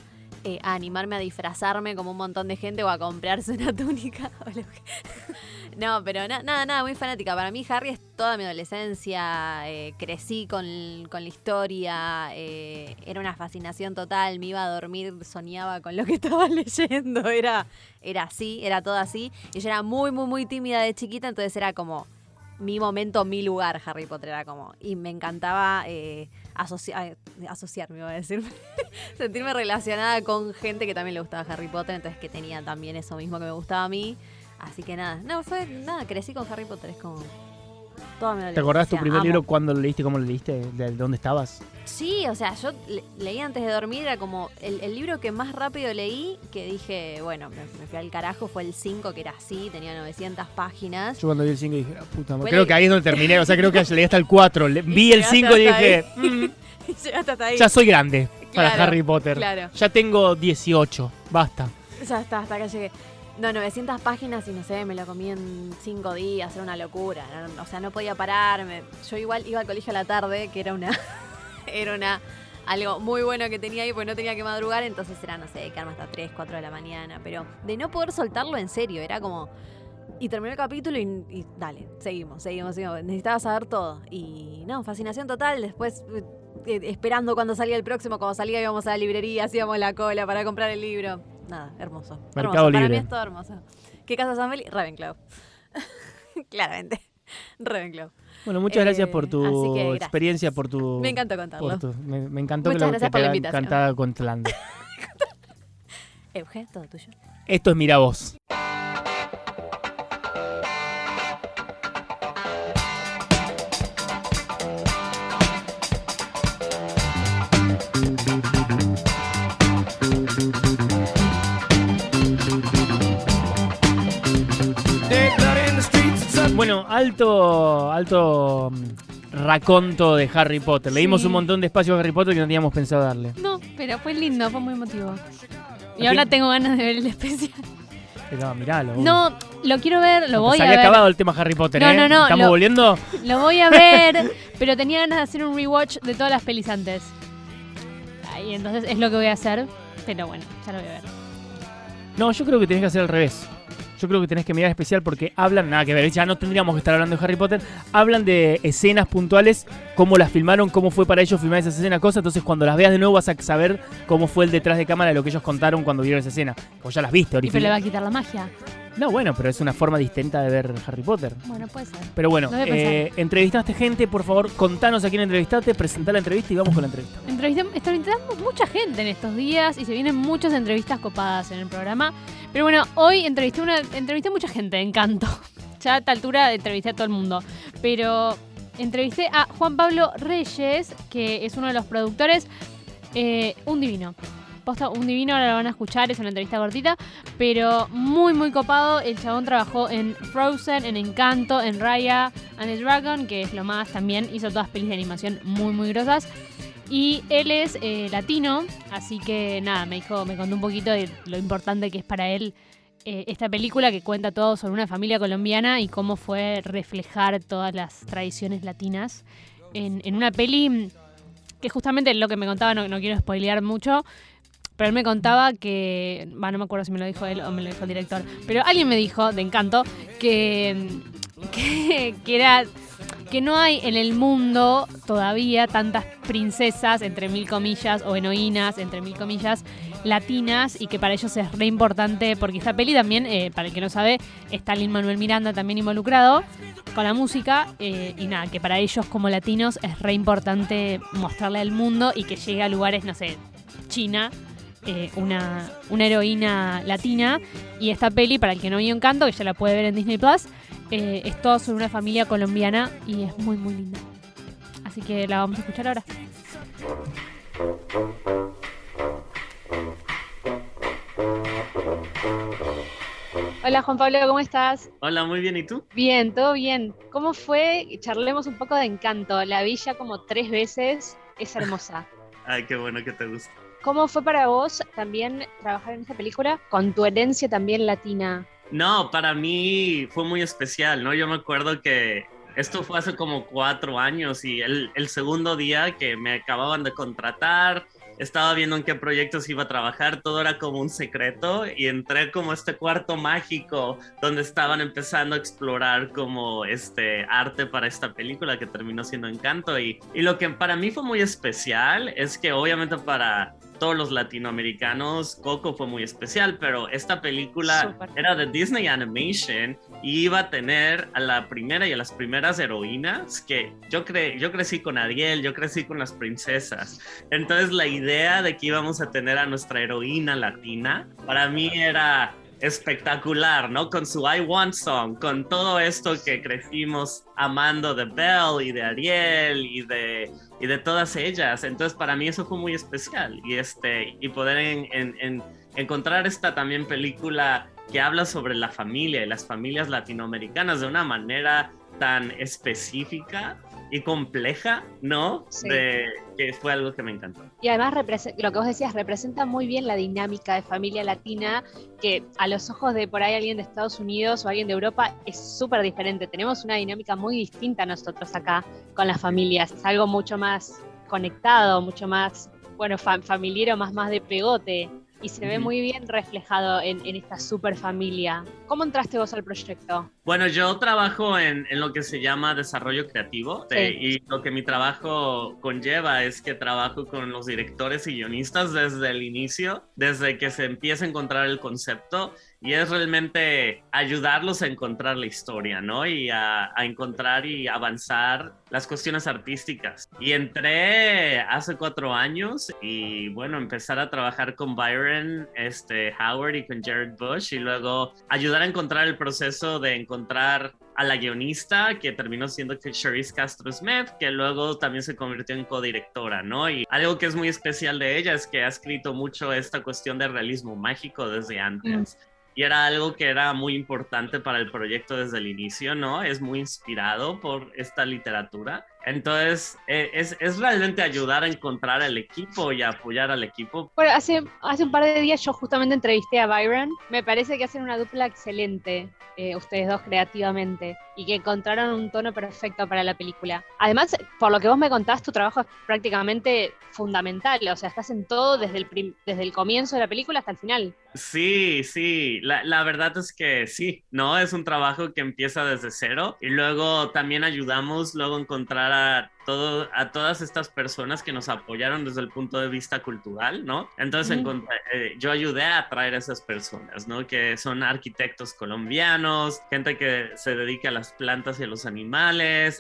Speaker 4: eh, a animarme a disfrazarme como un montón de gente o a comprarse una túnica. o lo que- no, pero na- nada, nada, muy fanática. Para mí Harry es toda mi adolescencia, eh, crecí con, con la historia, eh, era una fascinación total, me iba a dormir, soñaba con lo que estaba leyendo, era era así, era todo así. Y yo era muy, muy, muy tímida de chiquita, entonces era como mi momento, mi lugar, Harry Potter era como. Y me encantaba eh, asoci- ay, asociarme, iba a decir. Sentirme relacionada con gente que también le gustaba Harry Potter, entonces que tenía también eso mismo que me gustaba a mí. Así que nada, no, fue nada, crecí con Harry Potter, es como. Toda mi
Speaker 1: ¿Te acordás tu
Speaker 4: adolescencia,
Speaker 1: primer
Speaker 4: amo.
Speaker 1: libro cuándo lo leíste, cómo lo leíste, de dónde estabas?
Speaker 4: Sí, o sea, yo le- leí antes de dormir, era como el, el libro que más rápido leí, que dije, bueno, me, me fui al carajo, fue el 5, que era así, tenía 900 páginas.
Speaker 1: Yo cuando vi el 5 dije, "Ah, puta
Speaker 4: Fue
Speaker 1: Creo
Speaker 4: leí-
Speaker 1: que ahí es donde terminé, o sea, creo que leí hasta el 4. Vi el
Speaker 4: llegaste
Speaker 1: 5 y
Speaker 4: hasta
Speaker 1: dije, "Mm,
Speaker 4: Y Llegaste hasta ahí.
Speaker 1: ya soy grande para
Speaker 4: Claro,
Speaker 1: Harry Potter.
Speaker 4: claro.
Speaker 1: Ya tengo 18, basta.
Speaker 4: Ya está, hasta acá llegué. No, 900 páginas y no sé, me lo comí en 5 días, era una locura. no- no- o sea, no podía pararme. Yo igual iba al colegio a la tarde, que era una. era una. Algo muy bueno que tenía ahí, pues no tenía que madrugar, entonces era, no sé, quedarme hasta 3, 4 de la mañana. Pero de no poder soltarlo en serio, era como. Y terminé el capítulo y, y dale, seguimos, seguimos, seguimos. Necesitaba saber todo. Y no, fascinación total. Después, eh, eh, esperando cuando salía el próximo, cuando salía íbamos a la librería, hacíamos la cola para comprar el libro. Nada, hermoso.
Speaker 1: Mercado
Speaker 4: Hermoso. Para
Speaker 1: Libre.
Speaker 4: mí es todo hermoso. ¿Qué casa San Meli? Ravenclaw. Claramente. Ravenclaw.
Speaker 1: Bueno, muchas
Speaker 4: Eh,
Speaker 1: gracias por
Speaker 4: así
Speaker 1: tu
Speaker 4: que gracias.
Speaker 1: experiencia, por tu...
Speaker 4: Me encantó
Speaker 1: por
Speaker 4: contarlo.
Speaker 1: tu- me, me encantó
Speaker 4: Muchas
Speaker 1: que lo
Speaker 4: gracias
Speaker 1: que
Speaker 4: por la
Speaker 1: te hagan
Speaker 4: invitación.
Speaker 1: cantada con Tlando.
Speaker 4: Euge, todo tuyo.
Speaker 1: Esto es Miravoz. Bueno, alto, alto mm, raconto de Harry Potter. Le dimos
Speaker 2: Sí.
Speaker 1: un montón de espacio a Harry Potter que no teníamos pensado darle.
Speaker 2: No, pero fue lindo, fue muy emotivo. Y ahora tengo ganas de ver el especial.
Speaker 1: Pero miralo. uy.
Speaker 2: No, lo quiero ver, lo
Speaker 1: No,
Speaker 2: voy
Speaker 1: se
Speaker 2: a
Speaker 1: había
Speaker 2: ver.
Speaker 1: acabado el tema Harry Potter,
Speaker 2: No,
Speaker 1: ¿eh?
Speaker 2: no, no,
Speaker 1: Estamos
Speaker 2: lo-
Speaker 1: volviendo.
Speaker 2: Lo voy a ver, pero tenía ganas de hacer un rewatch de todas las pelis antes. Y entonces es lo que voy a hacer, pero bueno, ya lo voy a ver.
Speaker 1: No, yo creo que tenés que hacer al revés. Yo creo que tenés que mirar especial porque hablan, nada que ver, ya no tendríamos que estar hablando de Harry Potter, hablan de escenas puntuales, cómo las filmaron, cómo fue para ellos filmar esas escenas, cosas, entonces cuando las veas de nuevo vas a saber cómo fue el detrás de cámara de lo que ellos contaron cuando vieron esa escena. O ya las viste,
Speaker 2: Y pero le
Speaker 1: original.
Speaker 2: va a quitar la magia.
Speaker 1: No, bueno, pero es una forma distinta de ver Harry Potter.
Speaker 2: Bueno, puede ser.
Speaker 1: Pero bueno,
Speaker 2: Lo voy a pensar.
Speaker 1: eh, entrevistaste gente, por favor, contanos a quién entrevistaste, presentá la entrevista y vamos con la entrevista.
Speaker 2: Entrevistam- Entrevistamos mucha gente en estos días y se vienen muchas entrevistas copadas en el programa. Pero bueno, hoy entrevisté, una, entrevisté a mucha gente, encanto. Ya a esta altura entrevisté a todo el mundo. Pero entrevisté a Juan Pablo Reyes, que es uno de los productores. eh, un divino. Posta, un divino, ahora lo van a escuchar, es una entrevista cortita. Pero muy, muy copado. El chabón trabajó en Frozen, en Encanto, en Raya and the Dragon, que es lo más también. Hizo todas pelis de animación muy, muy grosas. Y él es eh, latino, así que nada, me dijo, me contó un poquito de lo importante que es para él eh, esta película que cuenta todo sobre una familia colombiana y cómo fue reflejar todas las tradiciones latinas en, en una peli que justamente lo que me contaba, no, no quiero spoilear mucho, pero él me contaba que, va, no me acuerdo si me lo dijo él o me lo dijo el director, pero alguien me dijo, de encanto, que mm, que, que era que no hay en el mundo todavía tantas princesas, entre mil comillas, o heroínas, entre mil comillas, latinas, y que para ellos es re importante, porque esta peli también, eh, para el que no sabe, está Lin Manuel Miranda también involucrado con la música, eh, y nada, que para ellos como latinos es re importante mostrarle al mundo y que llegue a lugares, no sé, China. eh, una, una heroína latina y esta peli para el que no vio Encanto que ya la puede ver en Disney Plus eh, es todo sobre una familia colombiana y es muy, muy linda. Así que la vamos a escuchar ahora. Hola Juan Pablo, ¿cómo estás?
Speaker 5: Hola, muy bien, ¿y tú?
Speaker 2: Bien, todo bien. ¿Cómo fue? Charlemos un poco de encanto. La vi ya como tres veces, es hermosa.
Speaker 5: Ay, qué bueno que te gusta.
Speaker 2: ¿Cómo fue para vos también trabajar en esta película con tu herencia también latina?
Speaker 5: No, para mí fue muy especial, ¿no? Yo me acuerdo que esto fue hace como cuatro años y el, el segundo día que me acababan de contratar, estaba viendo en qué proyectos iba a trabajar, todo era como un secreto y entré como a este cuarto mágico donde estaban empezando a explorar como este arte para esta película que terminó siendo Encanto y, y lo que para mí fue muy especial es que obviamente para... Todos los latinoamericanos, Coco fue muy especial, pero esta película
Speaker 2: Súper.
Speaker 5: era de Disney Animation y iba a tener a la primera y a las primeras heroínas que yo, cre yo crecí con Ariel, yo crecí con las princesas. Entonces la idea de que íbamos a tener a nuestra heroína latina, para mí era espectacular, ¿no? Con su I Want Song, con todo esto que crecimos amando de Belle y de Ariel y de, y de todas ellas. Entonces para mí eso fue muy especial y, este, y poder en- en- en- encontrar esta también película que habla sobre la familia y las familias latinoamericanas de una manera tan específica y compleja, ¿no?
Speaker 6: Sí.
Speaker 5: De, que fue algo que me encantó.
Speaker 6: Y además, represe- lo que vos decías, representa muy bien la dinámica de familia latina, que a los ojos de por ahí alguien de Estados Unidos o alguien de Europa es súper diferente. Tenemos una dinámica muy distinta nosotros acá con las familias. Es algo mucho más conectado, mucho más, bueno, fa- familiar o más, más de pegote. Y se ve
Speaker 5: Ujú.
Speaker 6: muy bien reflejado en, en esta super familia. ¿Cómo entraste vos al proyecto?
Speaker 5: Bueno, yo trabajo en, en lo que se llama desarrollo creativo
Speaker 6: Sí.
Speaker 5: eh, y lo que mi trabajo conlleva es que trabajo con los directores y guionistas desde el inicio, desde que se empieza a encontrar el concepto y es realmente ayudarlos a encontrar la historia, ¿no? Y a, a encontrar y avanzar las cuestiones artísticas. Y entré hace cuatro años y bueno, empezar a trabajar con Byron, este, Howard y con Jared Bush y luego ayudar a encontrar el proceso de encontrar a la guionista que terminó siendo que Cherise Castro Smith, que luego también se convirtió en codirectora, ¿no? Y algo que es muy especial de ella es que ha escrito mucho esta cuestión de realismo mágico desde antes y era algo que era muy importante para el proyecto desde el inicio, ¿no? Es muy inspirado por esta literatura. Entonces, eh, es, es realmente ayudar a encontrar al equipo y apoyar al equipo.
Speaker 6: Bueno, hace, hace un par de días yo justamente entrevisté a Byron. Me parece que hacen una dupla excelente, eh, ustedes dos creativamente, y que encontraron un tono perfecto para la película. Además, por lo que vos me contás, tu trabajo es prácticamente fundamental. O sea, estás en todo desde el, prim- desde el comienzo de la película hasta el final.
Speaker 5: Sí, sí, la, la verdad es que sí, ¿no? Es un trabajo que empieza desde cero y luego también ayudamos luego a encontrar a, todo, a todas estas personas que nos apoyaron desde el punto de vista cultural, ¿no? Entonces
Speaker 6: Ujú.
Speaker 5: encont- eh, yo ayudé a atraer a esas personas, ¿no? Que son arquitectos colombianos, gente que se dedica a las plantas y a los animales,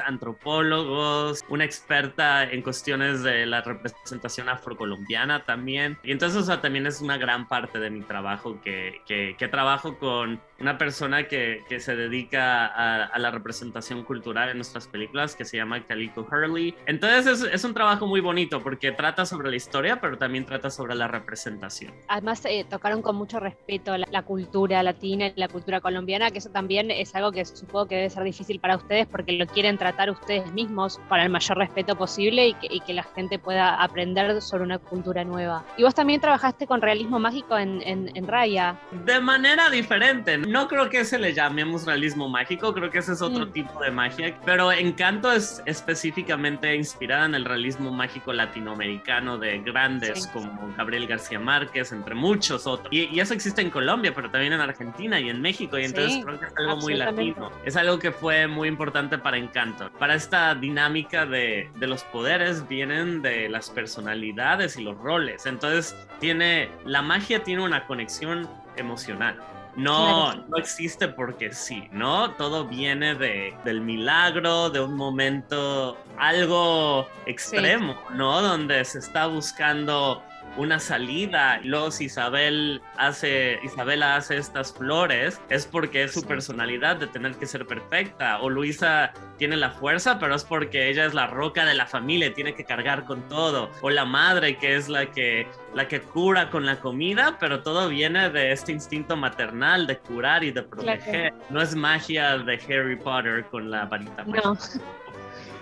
Speaker 5: antropólogos, una experta en cuestiones de la representación afrocolombiana también. Y entonces, o sea, también es una gran parte de mi trabajo que, que- que trabajo con una persona que, que se dedica a, a la representación cultural en nuestras películas, que se llama Calico Hurley. Entonces, es, es un trabajo muy bonito porque trata sobre la historia, pero también trata sobre la representación.
Speaker 6: Además, eh, tocaron con mucho respeto la, la cultura latina y la cultura colombiana, que eso también es algo que supongo que debe ser difícil para ustedes porque lo quieren tratar ustedes mismos con el mayor respeto posible y que, y que la gente pueda aprender sobre una cultura nueva. Y vos también trabajaste con realismo mágico en, en- en Raya.
Speaker 5: De manera diferente. No creo que se le llamemos realismo mágico, creo que ese es otro
Speaker 6: Mm.
Speaker 5: tipo de magia, pero Encanto es específicamente completamente inspirada en el realismo mágico latinoamericano de grandes
Speaker 6: Sí.
Speaker 5: como Gabriel García Márquez, entre muchos otros. Y, y eso existe en Colombia, pero también en Argentina y en México, y entonces
Speaker 6: Sí,
Speaker 5: creo que es algo muy
Speaker 6: absolutamente.
Speaker 5: latino. Es algo que fue muy importante para Encanto. Para esta dinámica de, de los poderes vienen de las personalidades y los roles. Entonces tiene, la magia tiene una conexión emocional. No,
Speaker 6: Claro.
Speaker 5: no existe porque sí, ¿no? Todo viene de, del milagro, de un momento, algo extremo, ¿no? Donde se está buscando una salida. Los Isabel hace, Isabela hace estas flores, es porque es su
Speaker 6: Sí.
Speaker 5: personalidad de tener que ser perfecta. O Luisa tiene la fuerza, pero es porque ella es la roca de la familia, y tiene que cargar con todo. O la madre, que es la que, la que cura con la comida, pero todo viene de este instinto maternal de curar y de proteger. No es magia de Harry Potter con la varita mágica.
Speaker 6: No.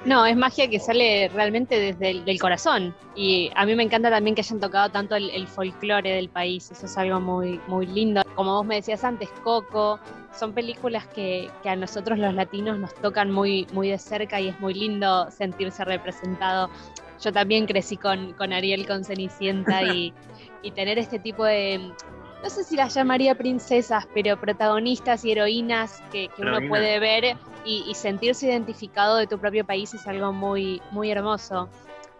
Speaker 6: No, es magia que sale realmente desde el del corazón. Y a mí me encanta también que hayan tocado tanto el, el folclore del país. Eso es algo muy, muy lindo. Como vos me decías antes, Coco, son películas que, que a nosotros los latinos nos tocan muy, muy de cerca y es muy lindo sentirse representado. Yo también crecí con, con Ariel, con Cenicienta y, y tener este tipo de... No sé si las llamaría princesas, pero protagonistas y heroínas que, que uno
Speaker 5: Heroínas.
Speaker 6: puede ver y, y sentirse identificado de tu propio país es algo muy, muy hermoso.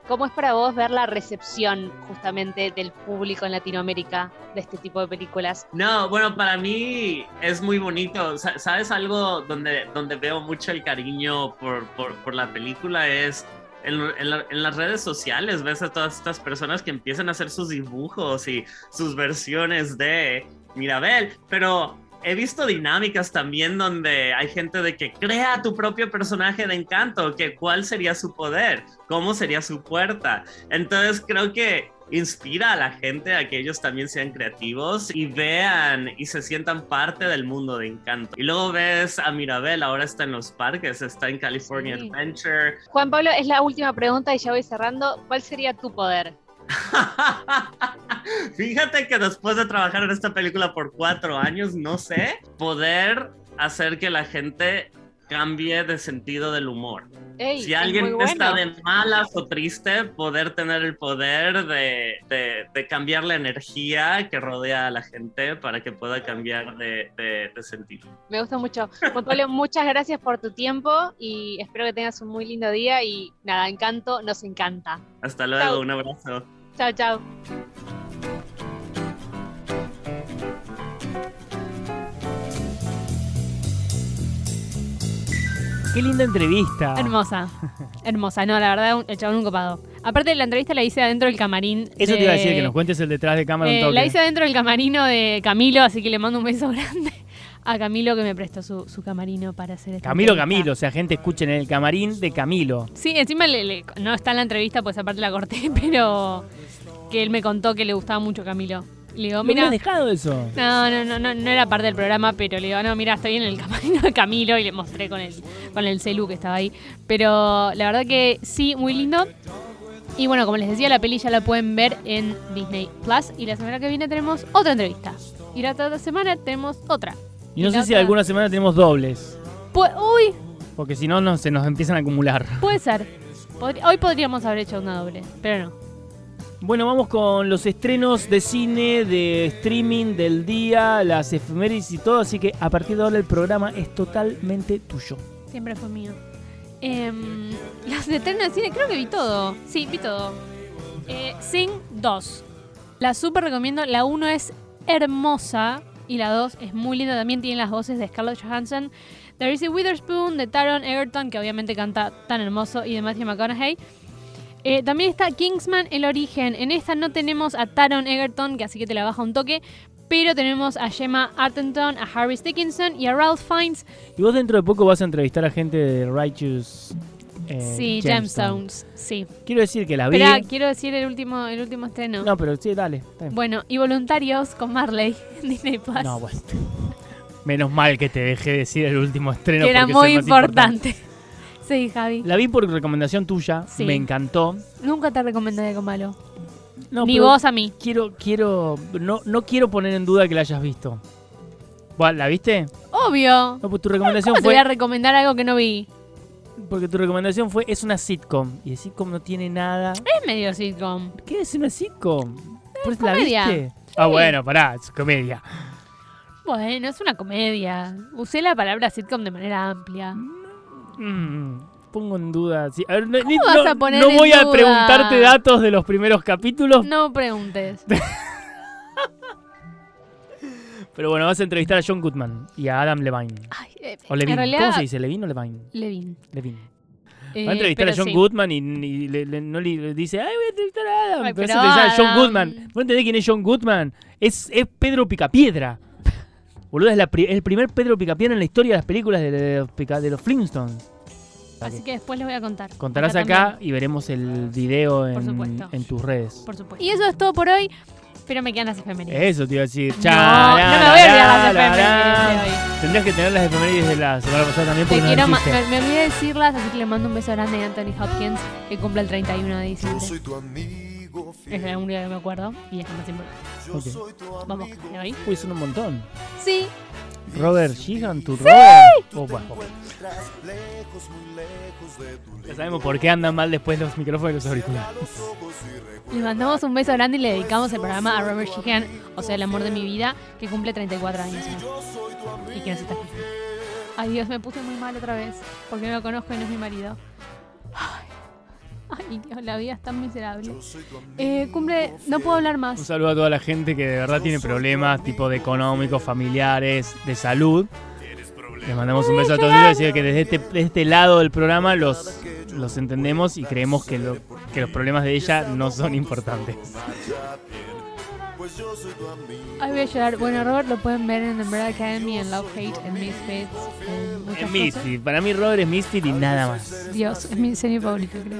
Speaker 6: ¿Cómo es para vos ver la recepción justamente del público en Latinoamérica de este tipo de películas?
Speaker 5: No, bueno, para mí es muy bonito. Sa- ¿Sabes algo donde, donde veo mucho el cariño por, por- por la película? Es en, en la- en las redes sociales, ves a todas estas personas que empiezan a hacer sus dibujos y sus versiones de Mirabel, pero... He visto dinámicas también donde hay gente de que crea tu propio personaje de encanto, que cuál sería su poder, cómo sería su puerta, entonces creo que inspira a la gente a que ellos también sean creativos y vean y se sientan parte del mundo de encanto. Y luego ves a Mirabel, ahora está en los parques, está en California
Speaker 6: Sí.
Speaker 5: Adventure.
Speaker 6: Juan Pablo, es la última pregunta y ya voy cerrando. ¿Cuál sería tu poder?
Speaker 5: Fíjate que después de trabajar en esta película por cuatro años, no sé, poder hacer que la gente cambie de sentido del humor.
Speaker 6: Ey,
Speaker 5: Si
Speaker 6: es
Speaker 5: alguien
Speaker 6: muy bueno.
Speaker 5: está de malas o triste, poder tener el poder de, de- de cambiar la energía que rodea a la gente para que pueda cambiar de, de- de sentido.
Speaker 6: Me gusta mucho. Juan Pablo, muchas gracias por tu tiempo y espero que tengas un muy lindo día y nada, encanto, nos encanta.
Speaker 5: Hasta luego,
Speaker 6: Chao.
Speaker 5: un abrazo.
Speaker 6: Chao, chao.
Speaker 1: Qué linda entrevista.
Speaker 2: Hermosa. Hermosa. No, la verdad, un- el chabón un copado. Aparte, la entrevista la hice adentro del camarín.
Speaker 1: Eso te
Speaker 2: de-
Speaker 1: iba a decir, que nos cuentes el detrás de cámara un
Speaker 2: eh,
Speaker 1: toque.
Speaker 2: La hice adentro del camarino de Camilo, así que le mando un beso grande a Camilo que me prestó su, su camarino para hacer esta
Speaker 1: Camilo
Speaker 2: entrevista.
Speaker 1: Camilo, o sea, gente escuchen el camarín de Camilo.
Speaker 2: Sí, encima le- le- no está en la entrevista, pues aparte la corté, pero que él me contó que le gustaba mucho Camilo. Le digo,
Speaker 1: ¿No me
Speaker 2: mira,
Speaker 1: has dejado eso?
Speaker 2: no, no, no, no, no era parte del programa, pero le digo, no, mira, estoy en el camino de Camilo y le mostré con el, con el celu que estaba ahí. Pero la verdad que sí, muy lindo. Y bueno, como les decía, la peli ya la pueden ver en Disney Plus. Y la semana que viene tenemos otra entrevista. Y la otra semana tenemos otra.
Speaker 1: Y no
Speaker 2: Y la
Speaker 1: sé si
Speaker 2: otra-
Speaker 1: alguna semana tenemos dobles,
Speaker 2: Pu- uy,
Speaker 1: porque si no, no se nos empiezan a acumular.
Speaker 2: puede ser. Podri- hoy podríamos haber hecho una doble, pero no.
Speaker 1: Bueno, vamos con los estrenos de cine, de streaming del día, las efemérides y todo, así que a partir de ahora el programa es totalmente tuyo.
Speaker 2: Siempre fue mío. Em, las de Eterna del Cine, creo que vi todo. Sí, vi todo. Eh, Sing 2. La super recomiendo. La 1 es hermosa y la 2 es muy linda. También tiene las voces de Scarlett Johansson, de Reese Witherspoon, de Taron Egerton, que obviamente canta tan hermoso, y de Matthew McConaughey. Eh, también está Kingsman El Origen. En esta no tenemos a Taron Egerton, que así que te la baja un toque. Pero tenemos a Gemma Artenton, a Harris Dickinson y a Ralph Fiennes
Speaker 1: Y vos dentro de poco vas a entrevistar a gente de Righteous. eh,
Speaker 2: Sí,
Speaker 1: Gemstone.
Speaker 2: Gemstones, sí.
Speaker 1: Quiero decir que la vi.
Speaker 2: Espera, quiero decir el último, el último estreno.
Speaker 1: No, pero sí, dale. está bien.
Speaker 2: Bueno, y Voluntarios con Marley en Disney Plus.
Speaker 1: No, bueno. Menos mal que te dejé decir el último estreno.
Speaker 2: que era
Speaker 1: porque es el
Speaker 2: muy
Speaker 1: más
Speaker 2: importante. sí, Javi.
Speaker 1: La vi por recomendación tuya,
Speaker 2: Sí.
Speaker 1: me encantó.
Speaker 2: Nunca te recomendé algo malo.
Speaker 1: No,
Speaker 2: Ni
Speaker 1: pero
Speaker 2: vos a mí.
Speaker 1: Quiero, quiero, no, no quiero poner en duda que la hayas visto. Bueno, ¿La viste?
Speaker 2: Obvio.
Speaker 1: No, pues tu recomendación
Speaker 2: ¿Cómo te voy
Speaker 1: fue
Speaker 2: a recomendar algo que no vi?
Speaker 1: Porque tu recomendación fue, es una sitcom. Y el sitcom no tiene nada.
Speaker 2: Es medio sitcom.
Speaker 1: ¿Qué es una sitcom? ¿Por eso la
Speaker 2: comedia.
Speaker 1: viste? Ah, bueno, pará, es comedia.
Speaker 2: Bueno, es una comedia. Usé la palabra sitcom de manera amplia.
Speaker 1: Mm, pongo en duda. sí. A ver, no-
Speaker 2: vas
Speaker 1: no-
Speaker 2: a poner
Speaker 1: no
Speaker 2: en
Speaker 1: voy a
Speaker 2: duda?
Speaker 1: preguntarte datos de los primeros capítulos,
Speaker 2: No preguntes.
Speaker 1: pero bueno, vas a entrevistar a John Goodman y a Adam Levine.
Speaker 2: Ay, eh,
Speaker 1: O Levine.
Speaker 2: en realidad,
Speaker 1: ¿Cómo se dice? ¿Levine o Levine?
Speaker 2: Levin.
Speaker 1: Levine.
Speaker 2: Eh,
Speaker 1: Va a entrevistar a
Speaker 2: pero
Speaker 1: John
Speaker 2: sí.
Speaker 1: Goodman y, y le- le- no le le dice, ay, voy a entrevistar a Adam.
Speaker 2: Ay,
Speaker 1: pero vas
Speaker 2: pero
Speaker 1: a entrevistar a John
Speaker 2: Adam.
Speaker 1: Goodman. ¿Vos no entendés quién es John Goodman? Es, es Pedro Picapiedra. Boludo, es la pri- el primer Pedro Picapiedra en la historia de las películas de, de los, pica- de los Flintstones.
Speaker 2: Así que después les voy a contar.
Speaker 1: Contarás acá,
Speaker 2: también,
Speaker 1: y veremos el video
Speaker 2: Por
Speaker 1: en,
Speaker 2: supuesto.
Speaker 1: en tus redes.
Speaker 2: por supuesto. Y eso es todo por hoy. Pero me quedan las efemérides.
Speaker 1: Eso te iba a decir.
Speaker 2: No,
Speaker 1: Eh, Cha,
Speaker 2: no
Speaker 1: la,
Speaker 2: me voy a
Speaker 1: la,
Speaker 2: olvidar las
Speaker 1: la,
Speaker 2: efemérides de
Speaker 1: la. Tendrías que tener las efemérides de la semana pasada también
Speaker 2: Te
Speaker 1: porque no
Speaker 2: quiero ma-
Speaker 1: las hiciste.
Speaker 2: me, me olvidé decirlas, así que le mando un beso grande a Anthony Hopkins, que cumple el 31 de
Speaker 7: Yo
Speaker 2: diciembre.
Speaker 7: soy tu amigo
Speaker 2: Es la
Speaker 7: fiel.
Speaker 2: única que me acuerdo y es la más importante.
Speaker 7: Yo
Speaker 1: Ok.
Speaker 7: soy tu amigo
Speaker 2: Vamos, ¿le doy?
Speaker 1: Uy, son un montón.
Speaker 2: Sí,
Speaker 1: Robert Sheehan, tu Robert. Oh, bueno.
Speaker 7: Tras lejos, muy lejos de tu
Speaker 1: Ya sabemos por qué andan mal después los micrófonos y los auriculares.
Speaker 2: le mandamos un beso grande y le dedicamos el programa a Robert Sheehan, o sea, el amor de mi vida, que cumple 34 años. hoy. Y que nos está escuchando. Ay Dios, me puse muy mal otra vez, porque no lo conozco y no es mi marido. Ay, Ay, Dios, la vida es tan miserable. Eh, cumple, no puedo hablar
Speaker 1: Un
Speaker 2: más.
Speaker 1: saludo a toda la gente que de verdad tiene problemas tipo de económicos, familiares, de salud. Les mandamos un beso a todos ellos y decir que desde este, desde este lado del programa los, los entendemos y creemos que, lo- que los problemas de ella no son importantes.
Speaker 2: Ay, voy a llorar. Bueno, Robert lo pueden ver en Umbrella Academy, en Love Hate, en Misfits, en muchas
Speaker 1: Es
Speaker 2: cosas.
Speaker 1: Misfit, para mí Robert es Misfit y nada más.
Speaker 2: Dios, es mi serie favorita, creo.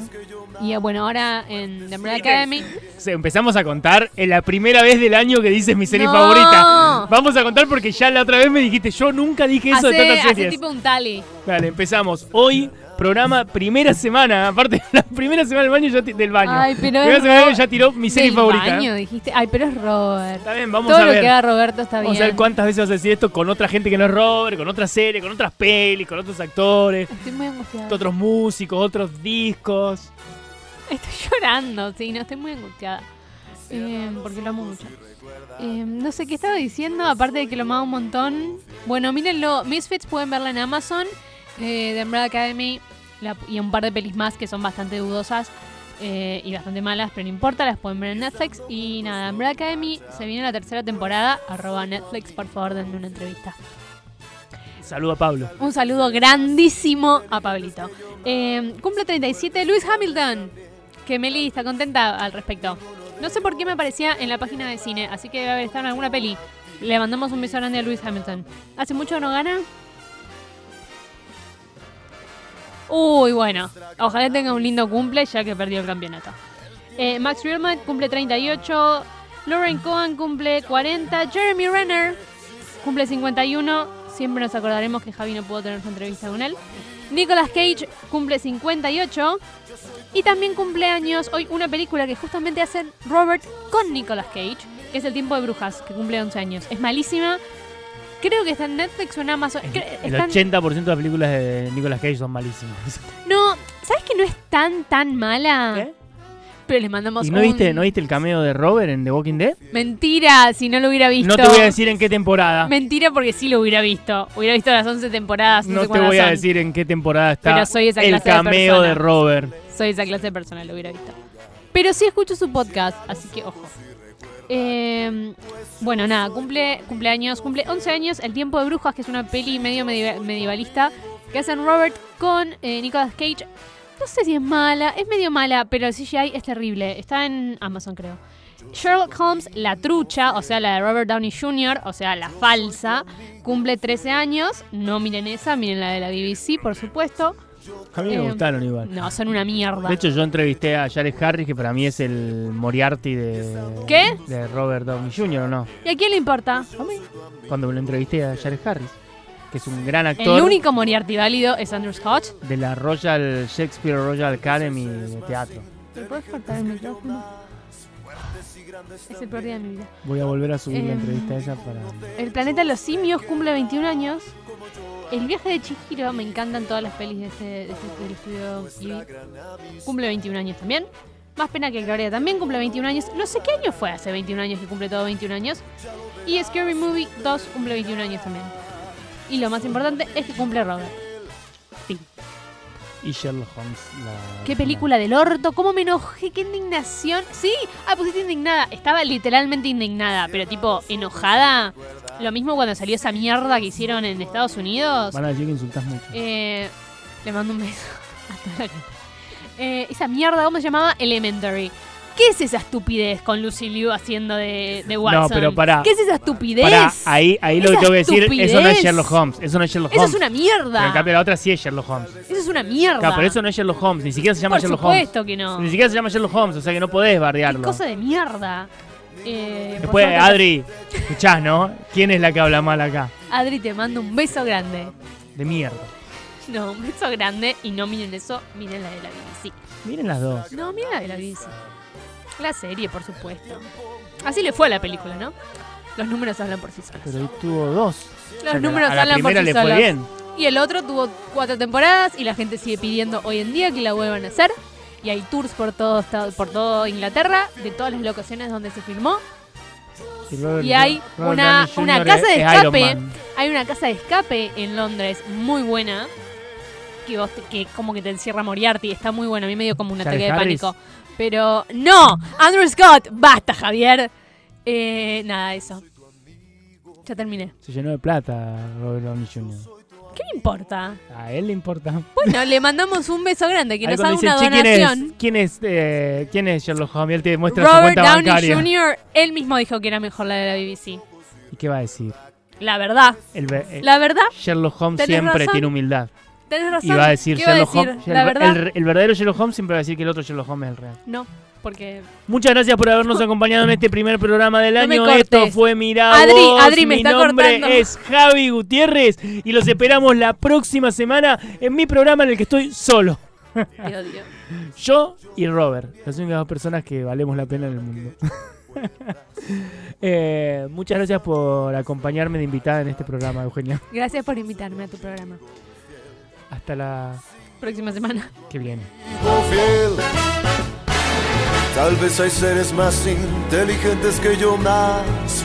Speaker 2: Y eh, bueno, ahora en The Umbrella Academy.
Speaker 1: O sea, empezamos a contar en la primera vez del año que dices mi serie
Speaker 2: No.
Speaker 1: favorita. Vamos a contar porque ya la otra vez me dijiste, yo nunca dije eso de
Speaker 2: Hace,
Speaker 1: tantas
Speaker 2: hace
Speaker 1: series.
Speaker 2: tipo un tally.
Speaker 1: Dale, empezamos. Hoy, programa primera semana. Aparte, la primera semana del baño ya ti- del baño.
Speaker 2: Ay, pero
Speaker 1: primera
Speaker 2: es
Speaker 1: semana del baño
Speaker 2: Ro-
Speaker 1: ya tiró mi serie
Speaker 2: Del
Speaker 1: favorita.
Speaker 2: baño, dijiste. Ay, pero es Robert.
Speaker 1: Está bien, vamos
Speaker 2: Todo
Speaker 1: a
Speaker 2: lo que
Speaker 1: ver.
Speaker 2: haga Roberto está bien.
Speaker 1: Vamos a ver cuántas veces vas a decir esto con otra gente que no es Robert, con otra serie, con otras pelis, con otros actores,
Speaker 2: Estoy muy angustiada.
Speaker 1: otros músicos, otros discos.
Speaker 2: Estoy llorando, sí, no, estoy muy angustiada. Eh, porque lo amo mucho. Eh, no sé qué estaba diciendo, aparte de que lo amaba un montón. Bueno, mírenlo. Misfits pueden verla en Amazon, eh, The Umbrella Academy la- y un par de pelis más que son bastante dudosas eh, y bastante malas, pero no importa, las pueden ver en Netflix. Y nada, Umbrella Academy se viene la tercera temporada. Arroba Netflix, por favor, denme una entrevista.
Speaker 1: Saludo a Pablo.
Speaker 2: Un saludo grandísimo a Pablito. Eh, cumple 37 Luis Hamilton. Que Meli está contenta al respecto. No sé por qué me aparecía en la página de cine, así que debe haber estado en alguna peli. Le mandamos un beso grande a Luis Hamilton. ¿Hace mucho no gana? Uy, bueno. Ojalá tenga un lindo cumple ya que perdió el campeonato. Eh, Max Realman cumple 38. Lauren Cohen cumple 40. Jeremy Renner cumple 51. Siempre nos acordaremos que Javi no pudo tener su entrevista con él. Nicolas Cage cumple 58. Y también cumpleaños hoy una película que justamente hacen Robert con Nicolas Cage, que es El tiempo de brujas, que cumple 11 años. Es malísima. Creo que está en Netflix o en Amazon. Cre-
Speaker 1: El
Speaker 2: están-
Speaker 1: 80% de las películas de Nicolas Cage son malísimas.
Speaker 2: no, ¿sabes que no es tan, tan mala?
Speaker 1: ¿Eh?
Speaker 2: Pero les mandamos
Speaker 1: ¿Y no
Speaker 2: un-
Speaker 1: viste, no viste el cameo de Robert en The Walking Dead?
Speaker 2: Mentira, si no lo hubiera visto.
Speaker 1: No te voy a decir en qué temporada.
Speaker 2: Mentira porque sí lo hubiera visto. Hubiera visto las 11 temporadas. No,
Speaker 1: No
Speaker 2: sé
Speaker 1: te
Speaker 2: cuántas
Speaker 1: voy a
Speaker 2: son.
Speaker 1: decir en qué temporada está
Speaker 2: Pero soy esa
Speaker 1: el
Speaker 2: clase de
Speaker 1: cameo de
Speaker 2: persona.
Speaker 1: Robert.
Speaker 2: Soy esa clase de persona, lo hubiera visto. Pero sí escucho su podcast, así que ojo. Eh, bueno, nada, cumple cumpleaños, cumple 11 años El Tiempo de Brujas, que es una peli medio mediva- medievalista que hacen Robert con eh, Nicolas Cage. No sé si es mala, es medio mala, pero el CGI es terrible. Está en Amazon, creo. Sherlock Holmes, la trucha, o sea, la de Robert Downey Jr., o sea, la falsa, cumple 13 años. No miren esa, miren la de la BBC, por supuesto.
Speaker 1: A mí me
Speaker 2: Eh,
Speaker 1: gustaron igual.
Speaker 2: No, son una mierda.
Speaker 1: De hecho, yo entrevisté a Jared Harris, que para mí es el Moriarty de,
Speaker 2: ¿Qué?
Speaker 1: de Robert Downey Jr., ¿o no?
Speaker 2: ¿Y a quién le importa?
Speaker 1: Cuando lo entrevisté a Jared Harris, que es un gran actor
Speaker 2: El único Moriarty válido es Andrew Scott.
Speaker 1: de la Royal Shakespeare Royal Academy de teatro.
Speaker 2: puedes cortar el micrófono? Es el peor día de mi vida.
Speaker 1: Voy a volver a subir la
Speaker 2: Eh,
Speaker 1: entrevista esa para...
Speaker 2: El planeta de los simios cumple 21 años. El viaje de Chihiro me encantan todas las pelis de este, de este- del estudio Ghibli. Cumple 21 años también. Más pena que Gloria también cumple 21 años. No sé qué año fue hace 21 años que cumple todo 21 años. Y Scary Movie 2 cumple 21 años también. Y lo más importante es que cumple Robert.
Speaker 1: Y Sherlock Holmes. La
Speaker 2: Qué película del orto, cómo me enojé, qué indignación. Sí, ah, pusiste indignada. Estaba literalmente indignada, pero tipo enojada. Lo mismo cuando salió esa mierda que hicieron en Estados Unidos.
Speaker 1: Van a decir que insultas mucho.
Speaker 2: Eh, le mando un beso a toda la gente. Eh, esa mierda, ¿cómo se llamaba? Elementary. ¿Qué es esa estupidez con Lucy Liu haciendo de, de Watson?
Speaker 1: No, pero pará.
Speaker 2: ¿Qué es esa estupidez?
Speaker 1: Pará, ahí, ahí lo que
Speaker 2: Esa
Speaker 1: tengo que decir, eso no es
Speaker 2: estupidez.
Speaker 1: Sherlock Holmes. Eso no es Sherlock
Speaker 2: Eso
Speaker 1: Holmes.
Speaker 2: es una
Speaker 1: Pero en
Speaker 2: mierda.
Speaker 1: cambio la otra sí es Sherlock Holmes.
Speaker 2: Eso es una mierda.
Speaker 1: Claro, pero eso no es Sherlock Holmes, ni siquiera se llama
Speaker 2: Por
Speaker 1: Sherlock
Speaker 2: supuesto que no.
Speaker 1: Holmes. Ni siquiera se llama Sherlock Holmes, o sea que no podés
Speaker 2: Qué
Speaker 1: bardearlo.
Speaker 2: cosa de mierda. Eh, por
Speaker 1: Después,
Speaker 2: suerte-
Speaker 1: Adri, escuchás, ¿no? ¿Quién es la que habla mal acá?
Speaker 2: Adri, te mando un beso grande.
Speaker 1: De mierda.
Speaker 2: No, un beso grande y no miren eso, miren la de la BBC.
Speaker 1: Miren las dos.
Speaker 2: No, miren la de la BBC. La serie, por supuesto. Así le fue a la película, ¿no? Los números hablan por sí solos.
Speaker 1: Pero ahí tuvo dos. O sea que
Speaker 2: Los números
Speaker 1: a la
Speaker 2: hablan por
Speaker 1: primera
Speaker 2: sí
Speaker 1: le fue
Speaker 2: solos.
Speaker 1: bien.
Speaker 2: Y el otro tuvo cuatro temporadas y la gente sigue pidiendo hoy en día que la vuelvan a hacer. Y hay tours por todo, Estado- por todo Inglaterra, de todas las locaciones donde se filmó.
Speaker 1: Y, Robert-
Speaker 2: Y hay
Speaker 1: Robert
Speaker 2: una-
Speaker 1: Downey
Speaker 2: una
Speaker 1: Jr.
Speaker 2: casa de
Speaker 1: es Iron
Speaker 2: escape.
Speaker 1: Man.
Speaker 2: Hay una casa de escape en Londres muy buena. Que, vos te- que como que te encierra Moriarty. Está muy buena. A mí me dio como un
Speaker 1: Jared
Speaker 2: ataque de
Speaker 1: Harris.
Speaker 2: pánico. Pero no. Andrew Scott. Basta, Javier. Eh, nada, eso. Ya terminé.
Speaker 1: Se llenó de plata Robert Downey Jr.
Speaker 2: ¿Qué le importa?
Speaker 1: A él le importa.
Speaker 2: Bueno, le mandamos un beso grande. Que
Speaker 1: Ahí
Speaker 2: nos haga
Speaker 1: cuando
Speaker 2: una
Speaker 1: dicen, "Che,
Speaker 2: donación.
Speaker 1: ¿quién es, quién, es, eh, ¿Quién es Sherlock Holmes? Y él te muestra su
Speaker 2: Robert
Speaker 1: cuenta
Speaker 2: Downey
Speaker 1: bancaria.
Speaker 2: Jr. Él mismo dijo que era mejor la de la BBC.
Speaker 1: ¿Y qué va a decir?
Speaker 2: La verdad.
Speaker 1: El ve- eh,
Speaker 2: La verdad.
Speaker 1: Sherlock Holmes
Speaker 2: Tenés
Speaker 1: siempre
Speaker 2: razón.
Speaker 1: tiene humildad.
Speaker 2: Tenés razón.
Speaker 1: Y va a decir
Speaker 2: ¿Qué va a
Speaker 1: Sherlock
Speaker 2: decir?
Speaker 1: Holmes.
Speaker 2: La
Speaker 1: el-
Speaker 2: verdad.
Speaker 1: El, el verdadero Sherlock Holmes siempre va a decir que el otro Sherlock Holmes es el real.
Speaker 2: No. Porque
Speaker 1: Muchas gracias por habernos acompañado en este primer programa del
Speaker 2: No me
Speaker 1: año.
Speaker 2: cortes.
Speaker 1: Esto fue Mirá
Speaker 2: Adri,
Speaker 1: Vos.
Speaker 2: Adri, me
Speaker 1: mi
Speaker 2: está
Speaker 1: nombre
Speaker 2: cortando.
Speaker 1: es Javi Gutiérrez y los esperamos la próxima semana en mi programa en el que estoy solo.
Speaker 2: te odio.
Speaker 1: Yo y Robert, las únicas dos personas que valemos la pena en el mundo. Eh, muchas gracias por acompañarme de invitada en este programa, Eugenia.
Speaker 2: Gracias por invitarme a tu programa.
Speaker 1: Hasta la
Speaker 2: Próxima semana.
Speaker 1: que viene.
Speaker 7: amigo fiel. Tal vez hay seres más inteligentes que yo más